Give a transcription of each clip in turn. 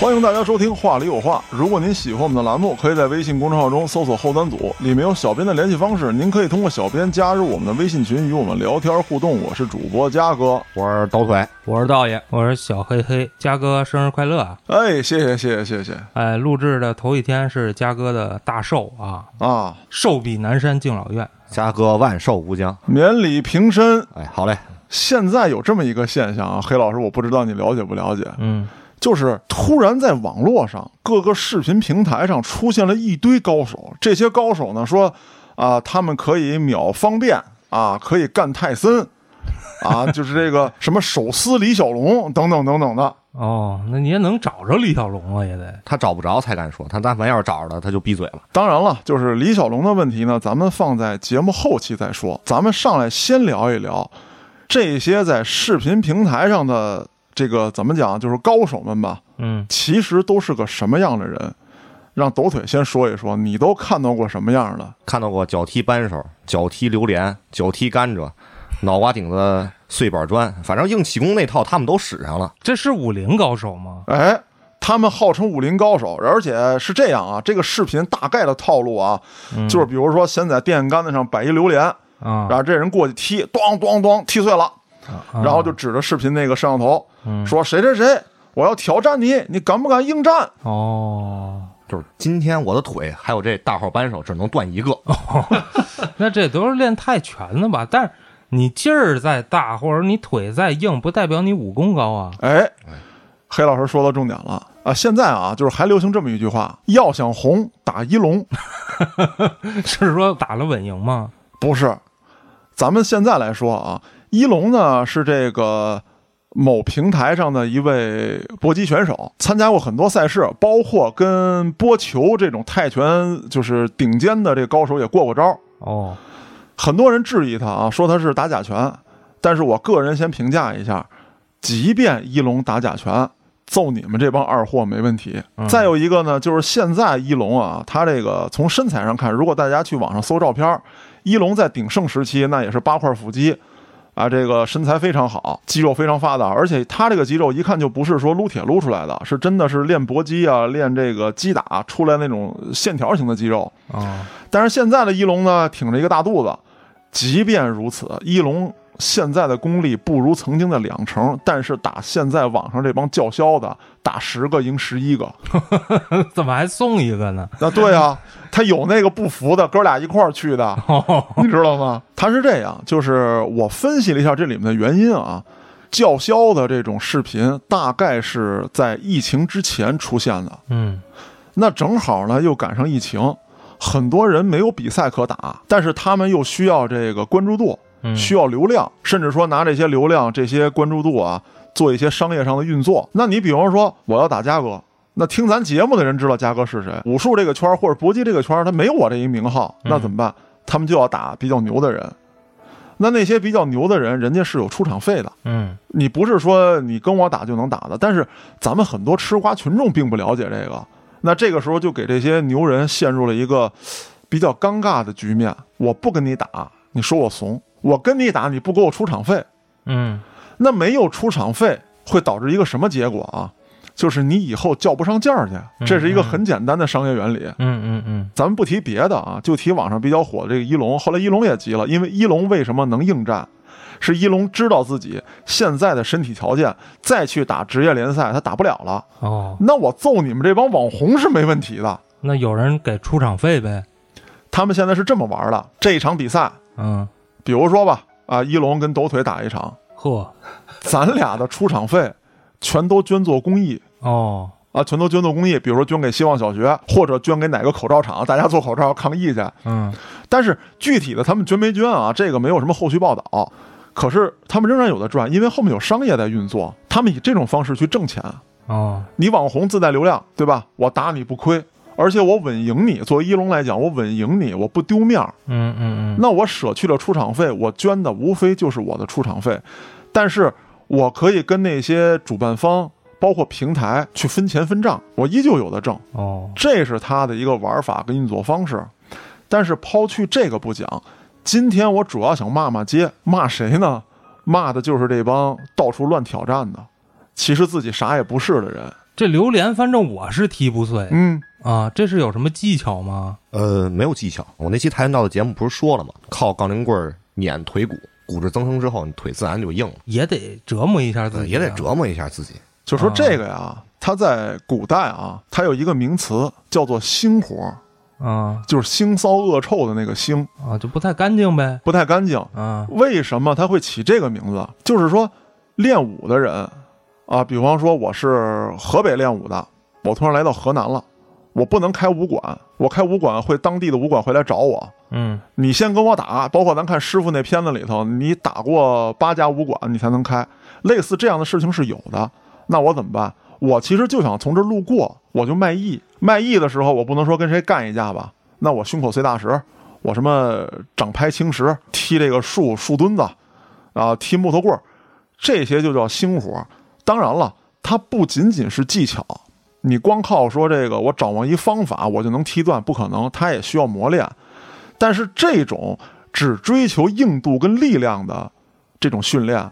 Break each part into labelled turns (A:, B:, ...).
A: 欢迎大家收听《话里有话》。如果您喜欢我们的栏目，可以在微信公众号中搜索“后端组”，里面有小编的联系方式，您可以通过小编加入我们的微信群，与我们聊天互动。我是主播嘉哥，
B: 我是抖腿，
C: 我是道爷，我是小黑黑。嘉哥生日快乐啊！
A: 哎，谢谢谢谢谢谢
C: 哎，录制的头一天是嘉哥的大寿啊，
A: 啊！
C: 寿比南山敬老院。
B: 嘉哥万寿无疆。
A: 绵里平身，
B: 哎，好嘞，
A: 现在有这么一个现象啊，黑老师，我不知道你了解不了解，
C: 嗯，
A: 就是突然在网络上各个视频平台上出现了一堆高手，这些高手呢说啊、他们可以秒方便啊，可以干泰森啊， 就是这个什么手撕李小龙等等等等的。
C: 哦，那你也能找着李小龙啊，也得。
B: 他找不着才敢说，他但凡要是找着了，他就闭嘴了。
A: 当然了，就是李小龙的问题呢，咱们放在节目后期再说。咱们上来先聊一聊这些在视频平台上的这个怎么讲，就是高手们吧，
C: 嗯，
A: 其实都是个什么样的人？让抖腿先说一说，你都看到过什么样的？
B: 看到过脚踢扳手、脚踢榴莲、脚踢甘蔗、脑瓜顶子碎板砖，反正硬气功那套他们都使上了。
C: 这是武林高手吗？
A: 哎，他们号称武林高手，而且是这样啊，这个视频大概的套路啊，
C: 嗯
A: 就是比如说先在电线杆子上摆一榴莲，
C: 啊，
A: 然后这人过去踢，咣咣咣踢碎了，
C: 啊
A: 然后就指着视频那个摄像头
C: 嗯
A: 说：“谁谁谁，我要挑战你，你敢不敢应战
C: 哦，
B: 就是今天我的腿还有这大号扳手只能断一个，
C: 那这都是练泰拳的吧？但是你劲儿再大，或者你腿再硬，不代表你武功高 啊？”。
A: 哎，黑老师说到重点了啊！现在啊，就是还流行这么一句话：要想红，打一龙。
C: 是说打了稳赢吗？
A: 不是，咱们现在来说啊，一龙呢是这个某平台上的一位搏击选手，参加过很多赛事，包括跟波球这种泰拳就是顶尖的这个高手也过过招。
C: 哦，
A: 很多人质疑他啊，说他是打假拳，但是我个人先评价一下，即便一龙打假拳。揍你们这帮二货没问题。
C: 嗯
A: 再有一个呢，就是现在一龙啊，他这个从身材上看，如果大家去网上搜照片儿，一龙在鼎盛时期那也是八块腹肌，啊，这个身材非常好，肌肉非常发达，而且他这个肌肉一看就不是说撸铁撸出来的，是真的是练搏击啊，练这个击打出来那种线条型的肌肉。
C: 哦，
A: 但是现在的一龙呢，挺着一个大肚子。即便如此，一龙现在的功力不如曾经的两成，但是打现在网上这帮叫嚣的，打十个赢十一个。
C: 怎么还送一个呢？
A: 那对啊，他有那个不服的，哥俩一块儿去的，
C: 哦，
A: 你知道吗？他是这样，就是我分析了一下这里面的原因啊。叫嚣的这种视频大概是在疫情之前出现的，
C: 嗯。
A: 那正好呢，又赶上疫情，很多人没有比赛可打，但是他们又需要这个关注度，
C: 嗯
A: 需要流量，甚至说拿这些流量、这些关注度啊，做一些商业上的运作。那你比方说，我要打嘉哥。那听咱节目的人知道嘉哥是谁，武术这个圈儿或者搏击这个圈儿，他没有我这一名号，那怎么办？他们就要打比较牛的人。那那些比较牛的人，人家是有出场费的，
C: 嗯
A: 你不是说你跟我打就能打的，但是咱们很多吃瓜群众并不了解这个，那这个时候就给这些牛人陷入了一个比较尴尬的局面。我不跟你打，你说我怂；我跟你打，你不给我出场费，
C: 嗯，
A: 那没有出场费会导致一个什么结果啊？就是你以后叫不上价儿去，这是一个很简单的商业原理。
C: 嗯嗯嗯，
A: 咱们不提别的啊，就提网上比较火的这个一龙。后来一龙也急了，因为一龙为什么能应战？是一龙知道自己现在的身体条件，再去打职业联赛他打不了了。
C: 哦，
A: 那我揍你们这帮网红是没问题的。
C: 那有人给出场费呗？
A: 他们现在是这么玩的：这一场比赛，
C: 嗯，
A: 比如说吧，啊，一龙跟抖腿打一场，
C: 呵，
A: 咱俩的出场费全都捐做公益
C: 哦，
A: 啊，全都捐做公益，比如说捐给希望小学，或者捐给哪个口罩厂，大家做口罩抗议去。
C: 嗯
A: 但是具体的他们捐没捐啊，这个没有什么后续报道。可是他们仍然有的赚，因为后面有商业在运作，他们以这种方式去挣钱。
C: 哦，
A: 你网红自带流量，对吧？我打你不亏，而且我稳赢你。作为一龙来讲，我稳赢你，我不丢面儿。
C: 嗯嗯嗯，
A: 那我舍去了出场费，我捐的无非就是我的出场费，但是我可以跟那些主办方。包括平台去分钱分账，我依旧有的挣。
C: 哦，
A: 这是他的一个玩法跟运作方式。但是抛去这个不讲，今天我主要想骂骂街，骂谁呢？骂的就是这帮到处乱挑战的，其实自己啥也不是的人。
C: 这榴莲反正我是踢不碎
A: 嗯，
C: 啊，这是有什么技巧吗？
B: 呃，没有技巧。我那期跆拳道的节目不是说了吗？靠杠铃棍儿碾腿骨，骨质增生之后，你腿自然就硬了，
C: 也得折磨一下自己啊，
B: 也得折磨一下自己。
A: 就说这个呀，它在古代啊，它有一个名词叫做“腥活
C: 啊”，
A: 就是腥骚恶臭的那个腥，
C: 啊，就不太干净呗
A: 不太干净。
B: 嗯
C: 啊
A: 为什么它会起这个名字？就是说，练武的人啊，比方说我是河北练武的，我突然来到河南了，我不能开武馆，我开武馆会当地的武馆会来找我，
C: 嗯
A: 你先跟我打，包括咱看师傅那片子里头，你打过八家武馆，你才能开。类似这样的事情是有的，那我怎么办？我其实就想从这儿路过，我就卖艺。卖艺的时候，我不能说跟谁干一架吧？那我胸口碎大石，我什么掌拍青石，踢这个树树墩子，啊，踢木头棍儿，这些就叫星活。当然了，它不仅仅是技巧，你光靠说这个我掌握一方法我就能踢断，不可能，它也需要磨练。但是这种只追求硬度跟力量的这种训练，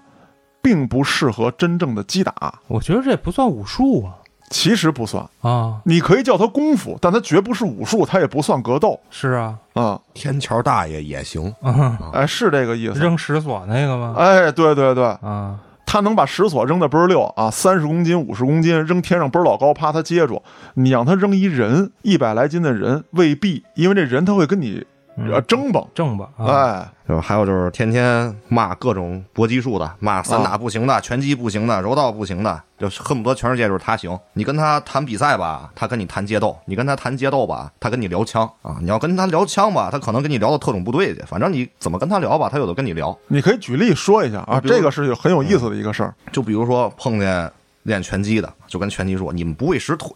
A: 并不适合真正的击打。
C: 我觉得这不算武术啊
A: 其实不算，
B: 嗯
C: 啊，
A: 你可以叫它功夫，但它绝不是武术，它也不算格斗
C: 是啊，
A: 啊、
B: 天桥大爷也行，
C: 啊
A: 哎，是这个意思。
C: 扔石锁那个吗？
A: 哎，对对对，
B: 嗯
C: 啊，
A: 他能把石锁扔的倍儿溜啊，三十公斤、五十公斤扔天上倍儿老高，啪他接住。你让他扔一人一百来斤的人，未必，因为这人他会跟你呃
C: 嗯
A: 争蹦，
C: 正吧，啊
A: 哎，
B: 就是还有就是天天骂各种搏击术的，骂散打不行的，拳击不行的，柔道不行的，就是恨不得全世界就是他行。你跟他谈比赛吧，他跟你谈械斗；你跟他谈械斗吧，他跟你聊枪啊；你要跟他聊枪吧，他可能跟你聊到特种部队去。反正你怎么跟他聊吧，他有的跟你聊。
A: 你可以举例说一下啊，
B: 比如
A: 这个是有很有意思的一个事儿。
B: 就比如说碰见练拳击的，就跟拳击说：“你们不会使腿，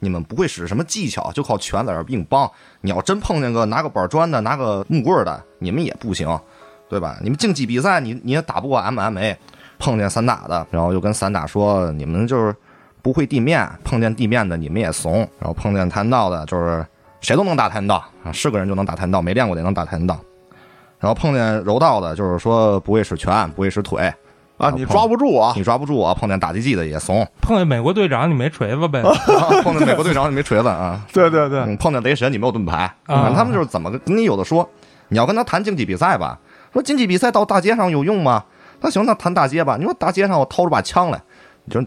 B: 你们不会使什么技巧，就靠拳在这儿硬帮。你要真碰见个拿个板砖的、拿个木棍儿的，你们也不行，对吧？你们竞技比赛，你你也打不过 MMA。碰见散打的，然后就跟散打说：你们就是不会地面，碰见地面的你们也怂。然后碰见跆拳道的，就是谁都能打跆拳道啊，是个人就能打跆拳道，没练过的也能打跆拳道。然后碰见柔道的，就是说不会使拳，不会使腿，
A: 啊，
B: 啊
A: 你
B: 碰
A: 抓不住啊！
B: 你抓不住我，碰见打击技的也 怂，
C: 碰见美国队长你没锤子
B: 嗯
C: 呗？啊
B: 碰见美国队长你没锤子啊，
A: 对对对，
B: 嗯碰见雷神你没有盾牌，反正他们就是怎么跟你有的说，你要跟他谈竞技比赛吧，说竞技比赛到大街上有用吗？那行，那谈大街吧。你说大街上我掏出把枪来，你说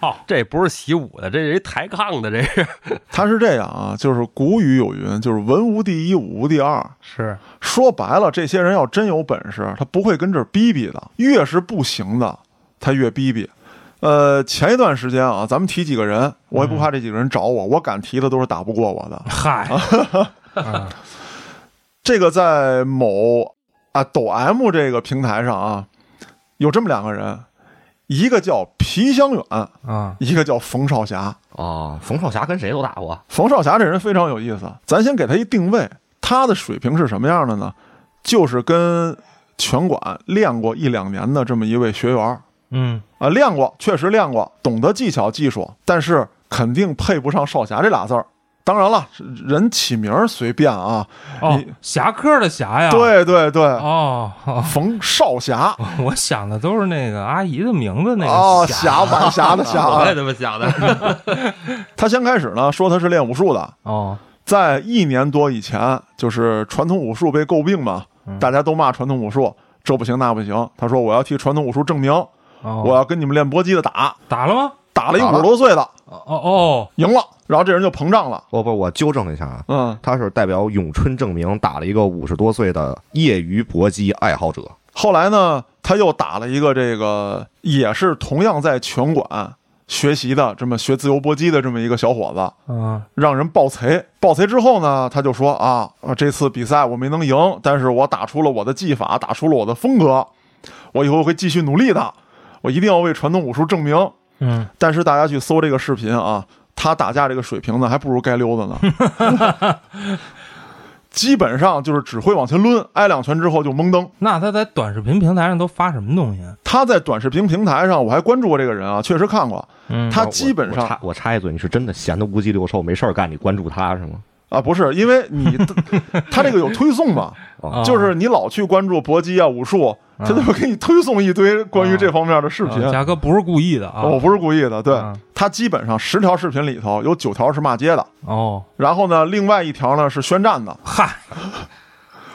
C: 操，
D: 哦这不是习武的，这是一抬杠的， 这是
A: 他是这样啊，就是古语有云，就是文无第一，武无第二。
C: 是
A: 说白了，这些人要真有本事，他不会跟这儿逼逼的。越是不行的，他越逼逼。呃，前一段时间啊，咱们提几个人，我也不怕这几个人找我，我敢提的都是打不过我的。
C: 嗨，啊
A: 这个在某啊抖 M 这个平台上啊，有这么两个人，一个叫皮香远，
B: 嗯
C: 啊，
A: 一个叫冯少侠。
B: 哦，冯少侠跟谁都打过，
A: 冯少侠这人非常有意思，咱先给他一定位，他的水平是什么样的呢？就是跟拳馆练过一两年的这么一位学员儿
C: 嗯
A: 啊，练过，确实练过，懂得技巧技术，但是肯定配不上少侠这俩字儿。当然了，人起名儿随便啊，
C: 哦
A: 你，
C: 侠客的侠呀，
A: 对对对，
C: 啊哦，哦
A: 冯少侠，
C: 我想的都是那个阿姨的名字那
A: 哦，
C: 个
A: 侠晚侠的 侠
D: 我
A: 啊
D: 也。这么想的。
A: 他先开始呢说他是练武术的，
C: 哦，
A: 在一年多以前，就是传统武术被诟病嘛，大家都骂传统武术这不行那不行。他说我要替传统武术证明，
C: 哦
A: 我要跟你们练搏击的打，
C: 打了吗？
A: 打了一
B: 打
A: 五
B: 了
A: 十多岁的
C: 哦哦
A: 赢了，然后这人就膨胀了，
B: 不不，我纠正一下啊，
A: 嗯，
B: 他是代表咏春证明打了一个五十多岁的业余搏击爱好者，
A: 后来呢，他又打了一个这个也是同样在拳馆学习的这么学自由搏击的这么一个小伙子，
C: 哦，嗯
A: 让人爆锤。爆锤之后呢，他就说啊啊，这次比赛我没能赢，但是我打出了我的技法，打出了我的风格，我以后会继续努力的，我一定要为传统武术证明。
C: 嗯，
A: 但是大家去搜这个视频啊，他打架这个水平呢，还不如街溜子呢。 基本上就是只会往前抡，挨两拳之后就懵蹬。
C: 那他在短视频平台上都发什么东西啊？
A: 他在短视频平台上，我还关注过这个人啊，确实看过。
C: 嗯
A: 他基本
B: 啊我我
A: 上
B: 插我插一嘴，你是真的闲得无鸡六兽没事儿干，你关注他是吗？
A: 啊，不是，因为你他这个有推送嘛，
C: 啊
A: 就是你老去关注搏击啊、武术，他就会给你推送一堆关于这方面的视频。
C: 啊贾哥不是故意的啊，
A: 我不是故意的，对
C: 啊，
A: 他基本上十条视频里头有九条是骂街的，
C: 哦，
A: 然后呢，另外一条呢是宣战的。
C: 嗨，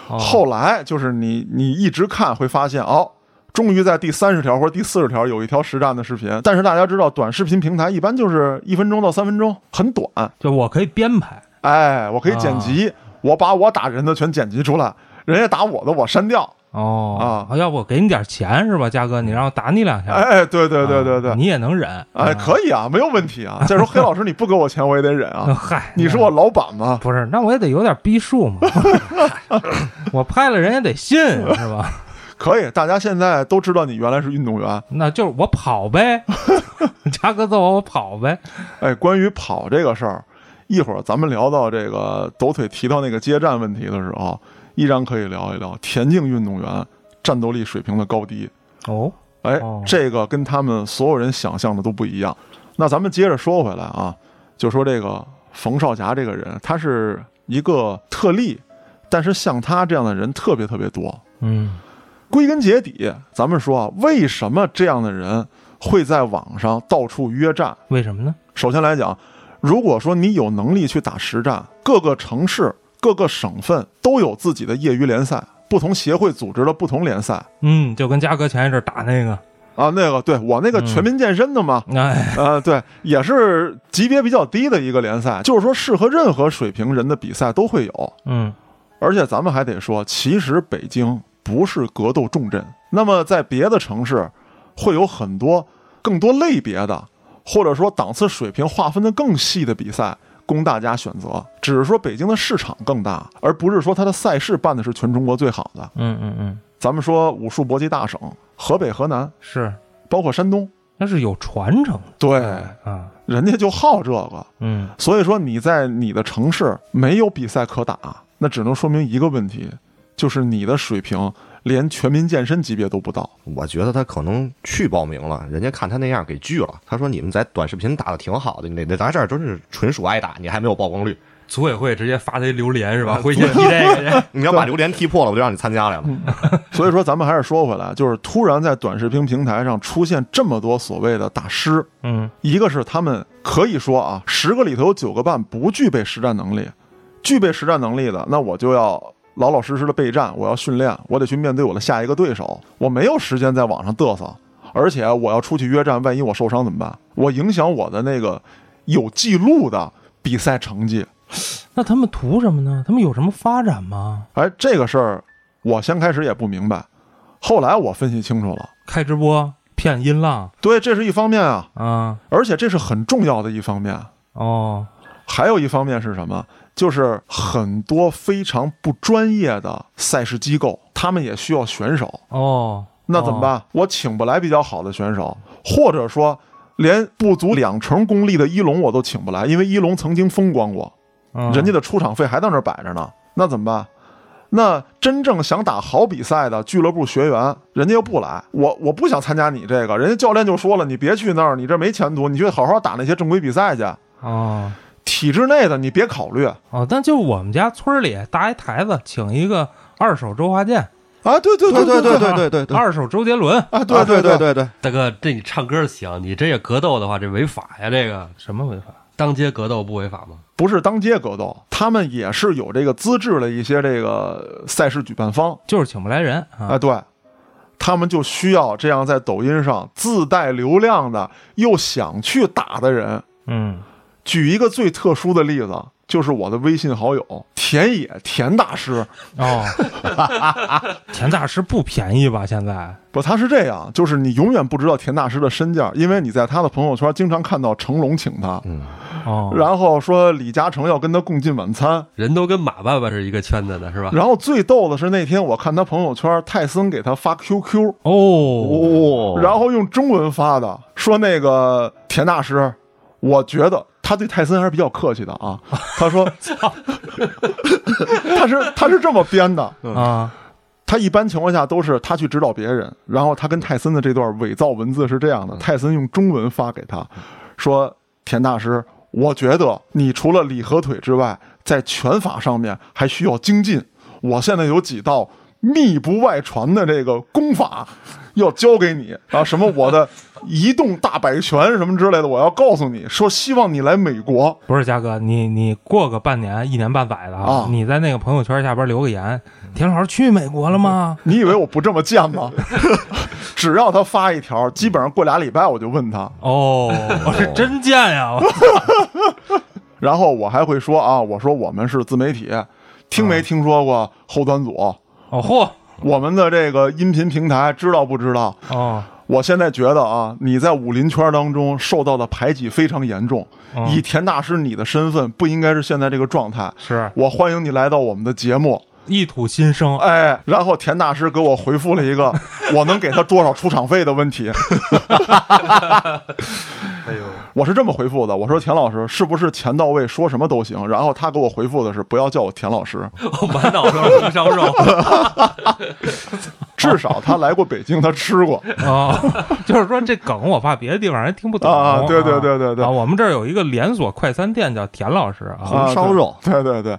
C: 哦
A: 后来就是你你一直看会发现哦。终于在第三十条或者第四十条有一条实战的视频，但是大家知道，短视频平台一般就是一分钟到三分钟，很短。
C: 就我可以编排，
A: 哎，我可以剪
C: 啊
A: 辑，我把我打人的全剪辑出来，人家打我的我删掉。
C: 哦要不我给你点钱是吧，嘉哥？你让我打你两下，
A: 啊哎，对对对对
C: 啊
A: 对，
C: 你也能忍，
A: 哎，可以啊，没有问题 啊。再说黑老师，你不给我钱我也得忍
C: 啊
A: 啊，
C: 嗨，
A: 你是我老板吗？
C: 不是？那我也得有点逼 数嘛， 我拍了人也得信啊是吧？
A: 可以，大家现在都知道你原来是运动员。
C: 那就是我 跑呗，嘉哥揍我我跑呗，
A: 哎，关于跑这个事儿，一会儿咱们聊到这个抖腿提到那个接站问题的时候，依然可以聊一聊田径运动员战斗力水平的高低。
C: 哦，
A: 哎
C: 哦，
A: 这个跟他们所有人想象的都不一样。那咱们接着说回来啊，就说这个冯绍霞这个人，他是一个特例，但是像他这样的人特别特别多。
C: 嗯，
A: 归根结底，咱们说啊，为什么这样的人会在网上到处约战？
C: 为什么呢？
A: 首先来讲，如果说你有能力去打实战，各个城市、各个省份都有自己的业余联赛，不同协会组织的不同联赛
C: 嗯，就跟嘉哥前一阵打那个，
A: 啊。那个，对我那个
C: 嗯
A: 全民健身的嘛，
C: 哎，
A: 呃，对，也是级别比较低的一个联赛，就是说适合任何水平人的比赛都会有。
C: 嗯，
A: 而且咱们还得说，其实北京不是格斗重镇，那么在别的城市会有很多更多类别的，或者说档次水平划分的更细的比赛供大家选择。只是说北京的市场更大，而不是说它的赛事办的是全中国最好的。
C: 嗯嗯嗯，
A: 咱们说武术搏击大省，河北、河南，
C: 是，
A: 包括山东，
C: 那是有传承的
A: 对，
C: 啊，
A: 人家就好这个。
C: 嗯，
A: 所以说你在你的城市没有比赛可打，那只能说明一个问题，就是你的水平连全民健身级别都不到。
B: 我觉得他可能去报名了，人家看他那样给拒了。他说：“你们在短视频打的挺好的，你那咱这儿真是纯属挨打，你还没有曝 光率。
D: 组委会直接发他一榴莲是吧？回去踢这个去。
B: 你要把榴莲踢破了，我就让你参加来了。
A: 所以说咱们还是说回来，就是突然在短视频平台上出现这么多所谓的大师，
C: 嗯，
A: 一个是他们可以说啊，十个里头有九个半不具备实战能力，具备实战能力的，那我就要老老实实的备战，我要训练，我得去面对我的下一个对手，我没有时间在网上嘚瑟，而且我要出去约战，万一我受伤怎么办？我影响我的那个有记录的比赛成绩。
C: 那他们图什么呢？他们有什么发展吗？
A: 哎，这个事儿我先开始也不明白，后来我分析清楚了，
C: 开直播骗音浪
A: 对，这是一方面啊，
C: 啊，
A: 而且这是很重要的一方面。
C: 哦，
A: 还有一方面是什么？就是很多非常不专业的赛事机构，他们也需要选手，
C: 哦，
A: 那怎么办？我请不来比较好的选手，或者说连不足两成功力的一龙我都请不来，因为一龙曾经风光过，
B: 嗯
C: 哦？
A: 人家的出场费还到那儿摆着呢，那怎么办？那真正想打好比赛的俱乐部学员，人家又不来，我我不想参加你这个，人家教练就说了，你别去那儿，你这没前途，你去好好打那些正规比赛去。
C: 哦
A: 体制内的你别考虑，
B: 啊
C: 哦，但就我们家村儿里搭一台子，请一个二手周华健，
A: 啊，对对
B: 对对
A: 对，
B: 对对对
C: 二手周杰伦，
A: 啊，
B: 对
A: 对
B: 对
A: 对
B: 对，对对，
D: 大哥，这你唱歌行，你这个格斗的话，这违法呀！这个
C: 什么违法？
D: 当街格斗不违法吗？
A: 不是当街格斗，他们也是有这个资质的一些这个赛事举办方
C: 就是请不来人
A: 啊，
B: 嗯
C: 啊，
A: 对，他们就需要这样在抖音上自带流量的又想去打的人。
C: 嗯，
A: 举一个最特殊的例子，就是我的微信好友田野田大师，
C: 哦， 田大师不便宜吧？现在
A: 不，他是这样，就是你永远不知道田大师的身价，因为你在他的朋友圈经常看到成龙请他，
C: 哦，
A: 然后说李嘉诚要跟他共进晚餐。
D: 人都跟马爸爸是一个圈子的，是吧？
A: 然后最逗的是那天我看他朋友圈，泰森给他发 QQ，
C: 哦，
B: 哦
A: 然后用中文发的，说那个田大师，我觉得他对泰森还是比较客气的啊。他说， 他是他是这么编的，
C: 啊，
A: 他一般情况下都是他去指导别人，然后他跟泰森的这段伪造文字是这样的，泰森用中文发给他，说田大师，我觉得你除了李和腿之外，在拳法上面还需要精进。我现在有几道密不外传的这个功法要教给你啊，什么我的移动大摆拳什么之类的，我要告诉你说，希望你来美国。
C: 不是嘉哥，你你过个半年、一年半载的
A: 啊嗯
C: 你在那个朋友圈下边留个言，田老师去美国了吗？
A: 你以为我不这么贱吗？ 只要他发一条，基本上过俩礼拜我就问他，
C: 哦， 我是真贱呀！我
A: 然后我还会说啊，我说我们是自媒体，听没听说过后端组？
C: 哦嚯
A: 我们的这个音频平台知道不知道？
C: 哦，
A: 我现在觉得啊，你在武林圈当中受到的排挤非常严重。
C: 嗯
A: 以田大师你的身份，不应该是现在这个状态。
C: 是
A: 我欢迎你来到我们的节目，
C: 一吐心 声，
A: 哎，然后田大师给我回复了一个我能给他多少出场费的问题。
D: 哎呦，
A: 我是这么回复的，我说田老师是不是钱到位，说什么都行？然后他给我回复的是不要叫我田 老师，
D: 我满脑子都是红烧肉，
A: 至少他来过北京，他吃过。
C: 哦，就是说这梗我怕别的地方人听不懂
A: 啊对对对对对
C: 啊我们这儿有一个连锁快餐店叫田老师啊，
A: 啊
B: 红哦烧肉
A: 对对对，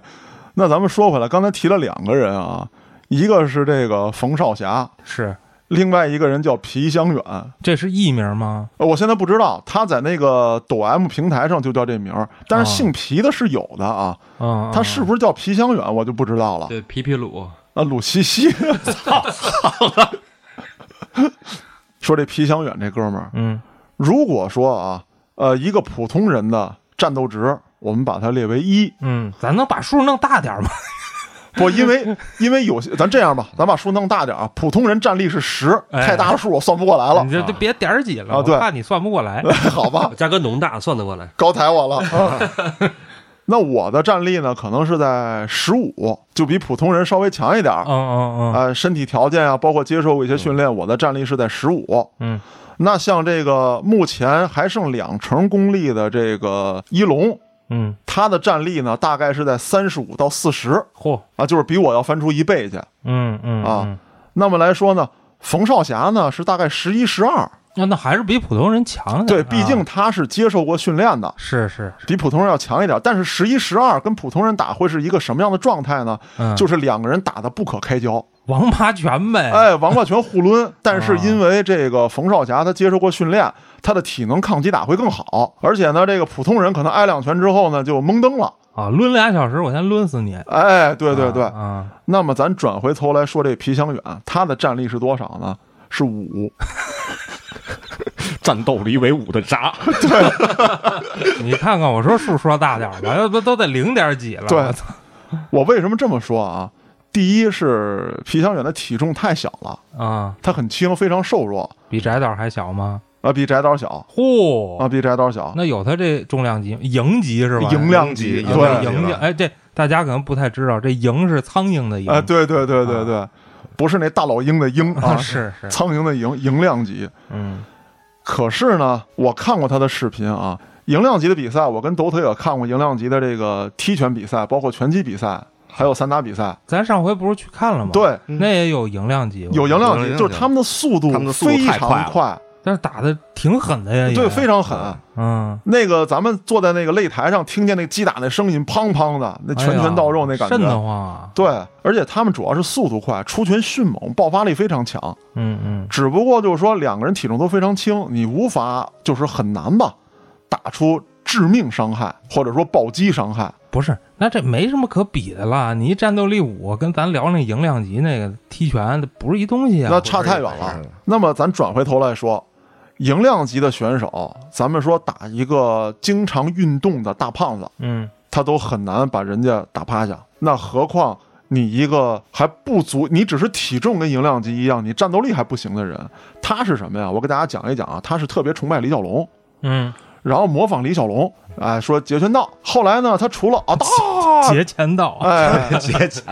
A: 那咱们说回来，刚才提了两个人啊，一个是这个冯少侠，
C: 是
A: 另外一个人叫皮香远。
C: 这是艺名吗？
A: 呃我现在不知道他在那个抖 M 平台上就叫这名儿，但是
C: 哦
A: 姓皮的是有的啊，
C: 嗯，
A: 他是不是叫皮香远我就不知道了。
D: 对，皮皮鲁，
A: 啊，鲁西西， 说这皮香远这哥们儿，
C: 嗯
A: 如果说啊，呃，一个普通人的战斗值，我们把它列为一，
C: 嗯，咱能把数弄大点儿吗？
A: 不，因为因为有些，咱这样吧，咱把数弄大点啊。普通人战力是十，
C: 哎嗯
A: 太大的数我算不过来了
C: 你，这都别点儿几了，
A: 啊
C: 我
A: 对
C: 怕你算不过来。
A: 好吧，
D: 加哥农大算得过来，
A: 高抬我了。啊那我的战力呢，可能是在十五，就比普通人稍微强一点儿
C: 嗯。嗯嗯
A: 呃，身体条件啊，包括接受过一些训练，我的战力是在十五。
C: 嗯，
A: 那像这个目前还剩两成功力的这个一龙，
C: 嗯，
A: 他的战力呢，大概是在三十五到四十
C: 嚯，
A: 啊，就是比我要翻出一倍去。
C: 嗯嗯
A: 啊，
C: 嗯
A: 那么来说呢，冯少侠呢是大概十一、十二，
C: 那那还是比普通人强点儿啊。
A: 对，毕竟他是接受过训练的，
C: 是是，
A: 比普通人要强一点。但是十一、十二跟普通人打会是一个什么样的状态呢？
C: 嗯，
A: 就是是两个人打得不可开交，
C: 王八拳呗。
A: 哎，啊王八拳互抡。但是因为这个冯少侠他接受过训练，他的体能抗击打会更好，而且呢，这个普通人可能挨两拳之后呢就懵登了。
C: 啊，抡俩小时，我先抡死你。
A: 哎，对对对。
C: 啊啊，
A: 那么咱转回头来说这皮香远，他的战力是多少呢？是五。
B: 战斗力为五的渣，
C: 你看看我说数说大点儿吧，要不都得零点儿几了。
A: 对
C: 我操
A: 我为什么这么说啊？第一是皮香远的体重太小了，
C: 啊，
A: 他很轻，非常瘦弱
C: 比翟导还小吗？
A: 啊，比翟刀小
C: 嚯、
A: 啊，比翟刀小。
C: 那有他这重量级营级是吧？
A: 营量级，
B: 营
C: 啊
B: 嗯级嗯
A: 对
C: 对营级，哎，这大家可能不太知道，这营是苍蝇的营
A: 啊，对对对对对，不是那大老鹰的鹰啊，
C: 是是，
A: 苍蝇的蝇，营量级。
C: 嗯
A: 可是呢，我看过他的视频啊，营量级的比赛，我跟抖腿也看过营量级的这个踢拳比赛，包括拳击比赛，还有散打比赛。
C: 咱上回不是去看了吗？，
A: 对，
C: 那也有营量级，
A: 有营量
B: 有营
A: 级，
B: 量
A: 就是他们的速度
B: 他们的速度
A: 非
B: 太快
A: 常
B: 了哎
A: 快，
C: 但是打的挺狠的呀，也
A: 对，非常狠。
C: 嗯，
A: 那个咱们坐在那个擂台上，听见那个击打那声音，砰砰的，那拳拳到肉那感
C: 哎
B: 哎
C: 瘆得
A: 觉。
C: 慌啊，
A: 对，而且他们主要是速度快，出拳迅猛，爆发力非常强。
C: 嗯嗯，
A: 只不过就是说两个人体重都非常轻，你无法就是很难吧，打出致命伤害或者说暴击伤害。
C: 不是，那这没什么可比的啦，你一战斗力五跟咱聊那营量级那个踢拳，这不是一东西啊，
A: 那差太远了。那么咱转回头来说，营量级的选手，咱们说打一个经常运动的大胖子，
C: 嗯
A: 他都很难把人家打趴下，那何况你一个还不足，你只是体重跟营量级一样，你战斗力还不行的人，他是什么呀？我给大家讲一讲啊，他是特别崇拜李小龙。
C: 嗯，
A: 然后模仿李小龙，哎，说截拳道。后来呢，他除了啊 大，
C: 节前到啊，
A: 哎，
B: 节俭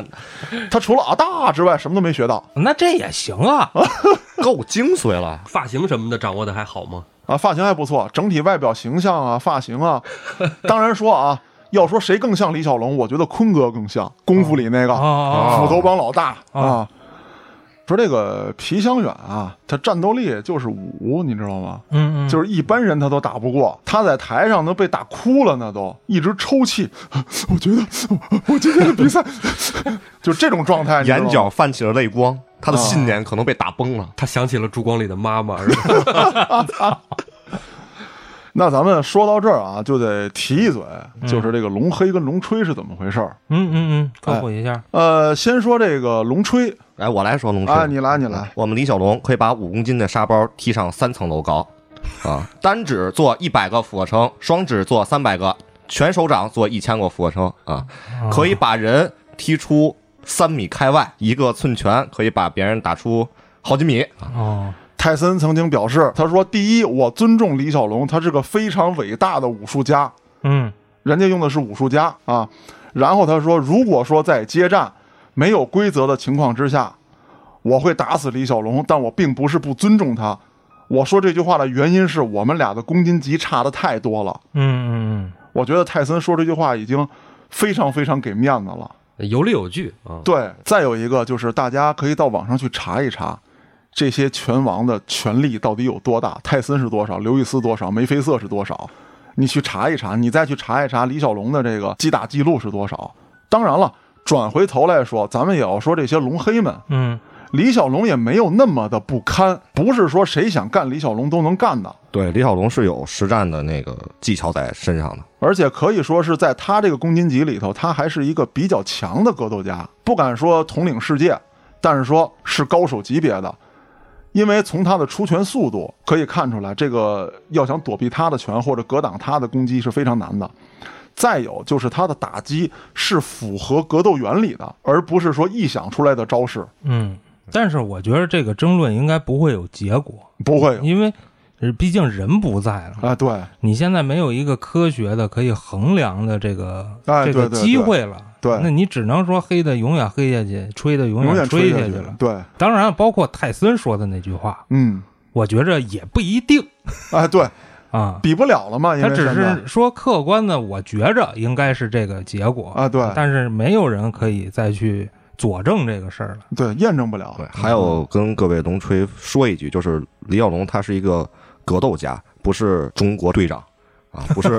A: 他除了啊大之外，什么都没学到
C: 那这也行啊，
B: 够精髓了。
D: 发型什么的掌握的还好吗？
A: 啊。发型还不错，整体外表形象啊，发型 啊，当然说啊，要说谁更像李小龙，我觉得坤哥更像功夫里那个
C: 哦哦哦
A: 斧头帮老大
C: 哦
A: 啊。说这个皮香远啊，他战斗力就是五，你知道吗？
C: 嗯嗯，
A: 就是一般人他都打不过，他在台上都被打哭了呢，都一直抽泣。 我觉得我我今天的比赛 就这种状态，你知道吗
B: 眼角泛起了泪光，他的信念可能被打崩了。
D: 他想起了朱光里的妈妈，是吧
A: 那咱们说到这儿啊，就得提一嘴，
B: 嗯
A: 就是这个龙黑跟龙吹是怎么回事儿。
C: 嗯嗯嗯，科普一下，
A: 呃，先说这个龙吹
B: 来，哎我来说龙
A: 啊，
B: 师，
A: 你来，你来，
B: 我们李小龙可以把五公斤的沙包踢上三层楼高，啊，单指做一百个俯卧撑，双指做三百个，全手掌做一千个俯卧撑啊，可以把人踢出三米开外，一个寸拳可以把别人打出好几米。
C: 哦，
A: 泰森曾经表示，他说：“第一，我尊重李小龙，他是个非常伟大的武术家，
C: 嗯
A: 人家用的是武术家啊。”然后他说：“如果说在接战没有规则的情况之下，我会打死李小龙，但我并不是不尊重他。我说这句话的原因是我们俩的公斤级差的太多了。
C: 嗯嗯
A: 我觉得泰森说这句话已经非常非常给面子了。
D: 有理有据啊。
A: 对，再有一个就是大家可以到网上去查一查，这些拳王的权力到底有多大？泰森是多少？刘易斯多少？梅菲瑟是多少？你去查一查，你再去查一查李小龙的这个击打记录是多少？当然了，转回头来说，咱们也要说这些龙黑们，
C: 嗯
A: 李小龙也没有那么的不堪，不是说谁想干李小龙都能干的。
B: 对，李小龙是有实战的那个技巧在身上的。
A: 而且可以说是在他这个公斤级里头，他还是一个比较强的格斗家，不敢说统领世界，但是说是高手级别的。因为从他的出拳速度可以看出来，这个要想躲避他的拳或者格挡他的攻击是非常难的。再有就是他的打击是符合格斗原理的，而不是说臆想出来的招式，
C: 嗯，但是我觉得这个争论应该不会有结果，
A: 不会有
C: 因为呃毕竟人不在了，
A: 啊、对，
C: 你现在没有一个科学的可以衡量的这个
A: 哎
C: 这
A: 对
C: 个
A: 对
C: 机会了。
A: 对
C: 那你只能说黑的永远黑下去，吹的永
A: 永远
C: 吹
A: 下
C: 下
A: 了
C: 了。。
A: 对，
C: 当然，包括泰森说的那句话，
A: 嗯，
C: 我觉着也不一定
A: 哎，对，
C: 啊。
A: 比不了了嘛，因
C: 他
A: 为
C: 只
A: 现在
C: 是说客观的，我觉着应该是这个结果
A: 啊对
C: 但是没有人可以再去佐证这个事儿了。
A: 对验证不了，
B: 对，还有跟各位龙吹说一句，就是李小龙他是一个格斗家，不是中国队长啊，不 是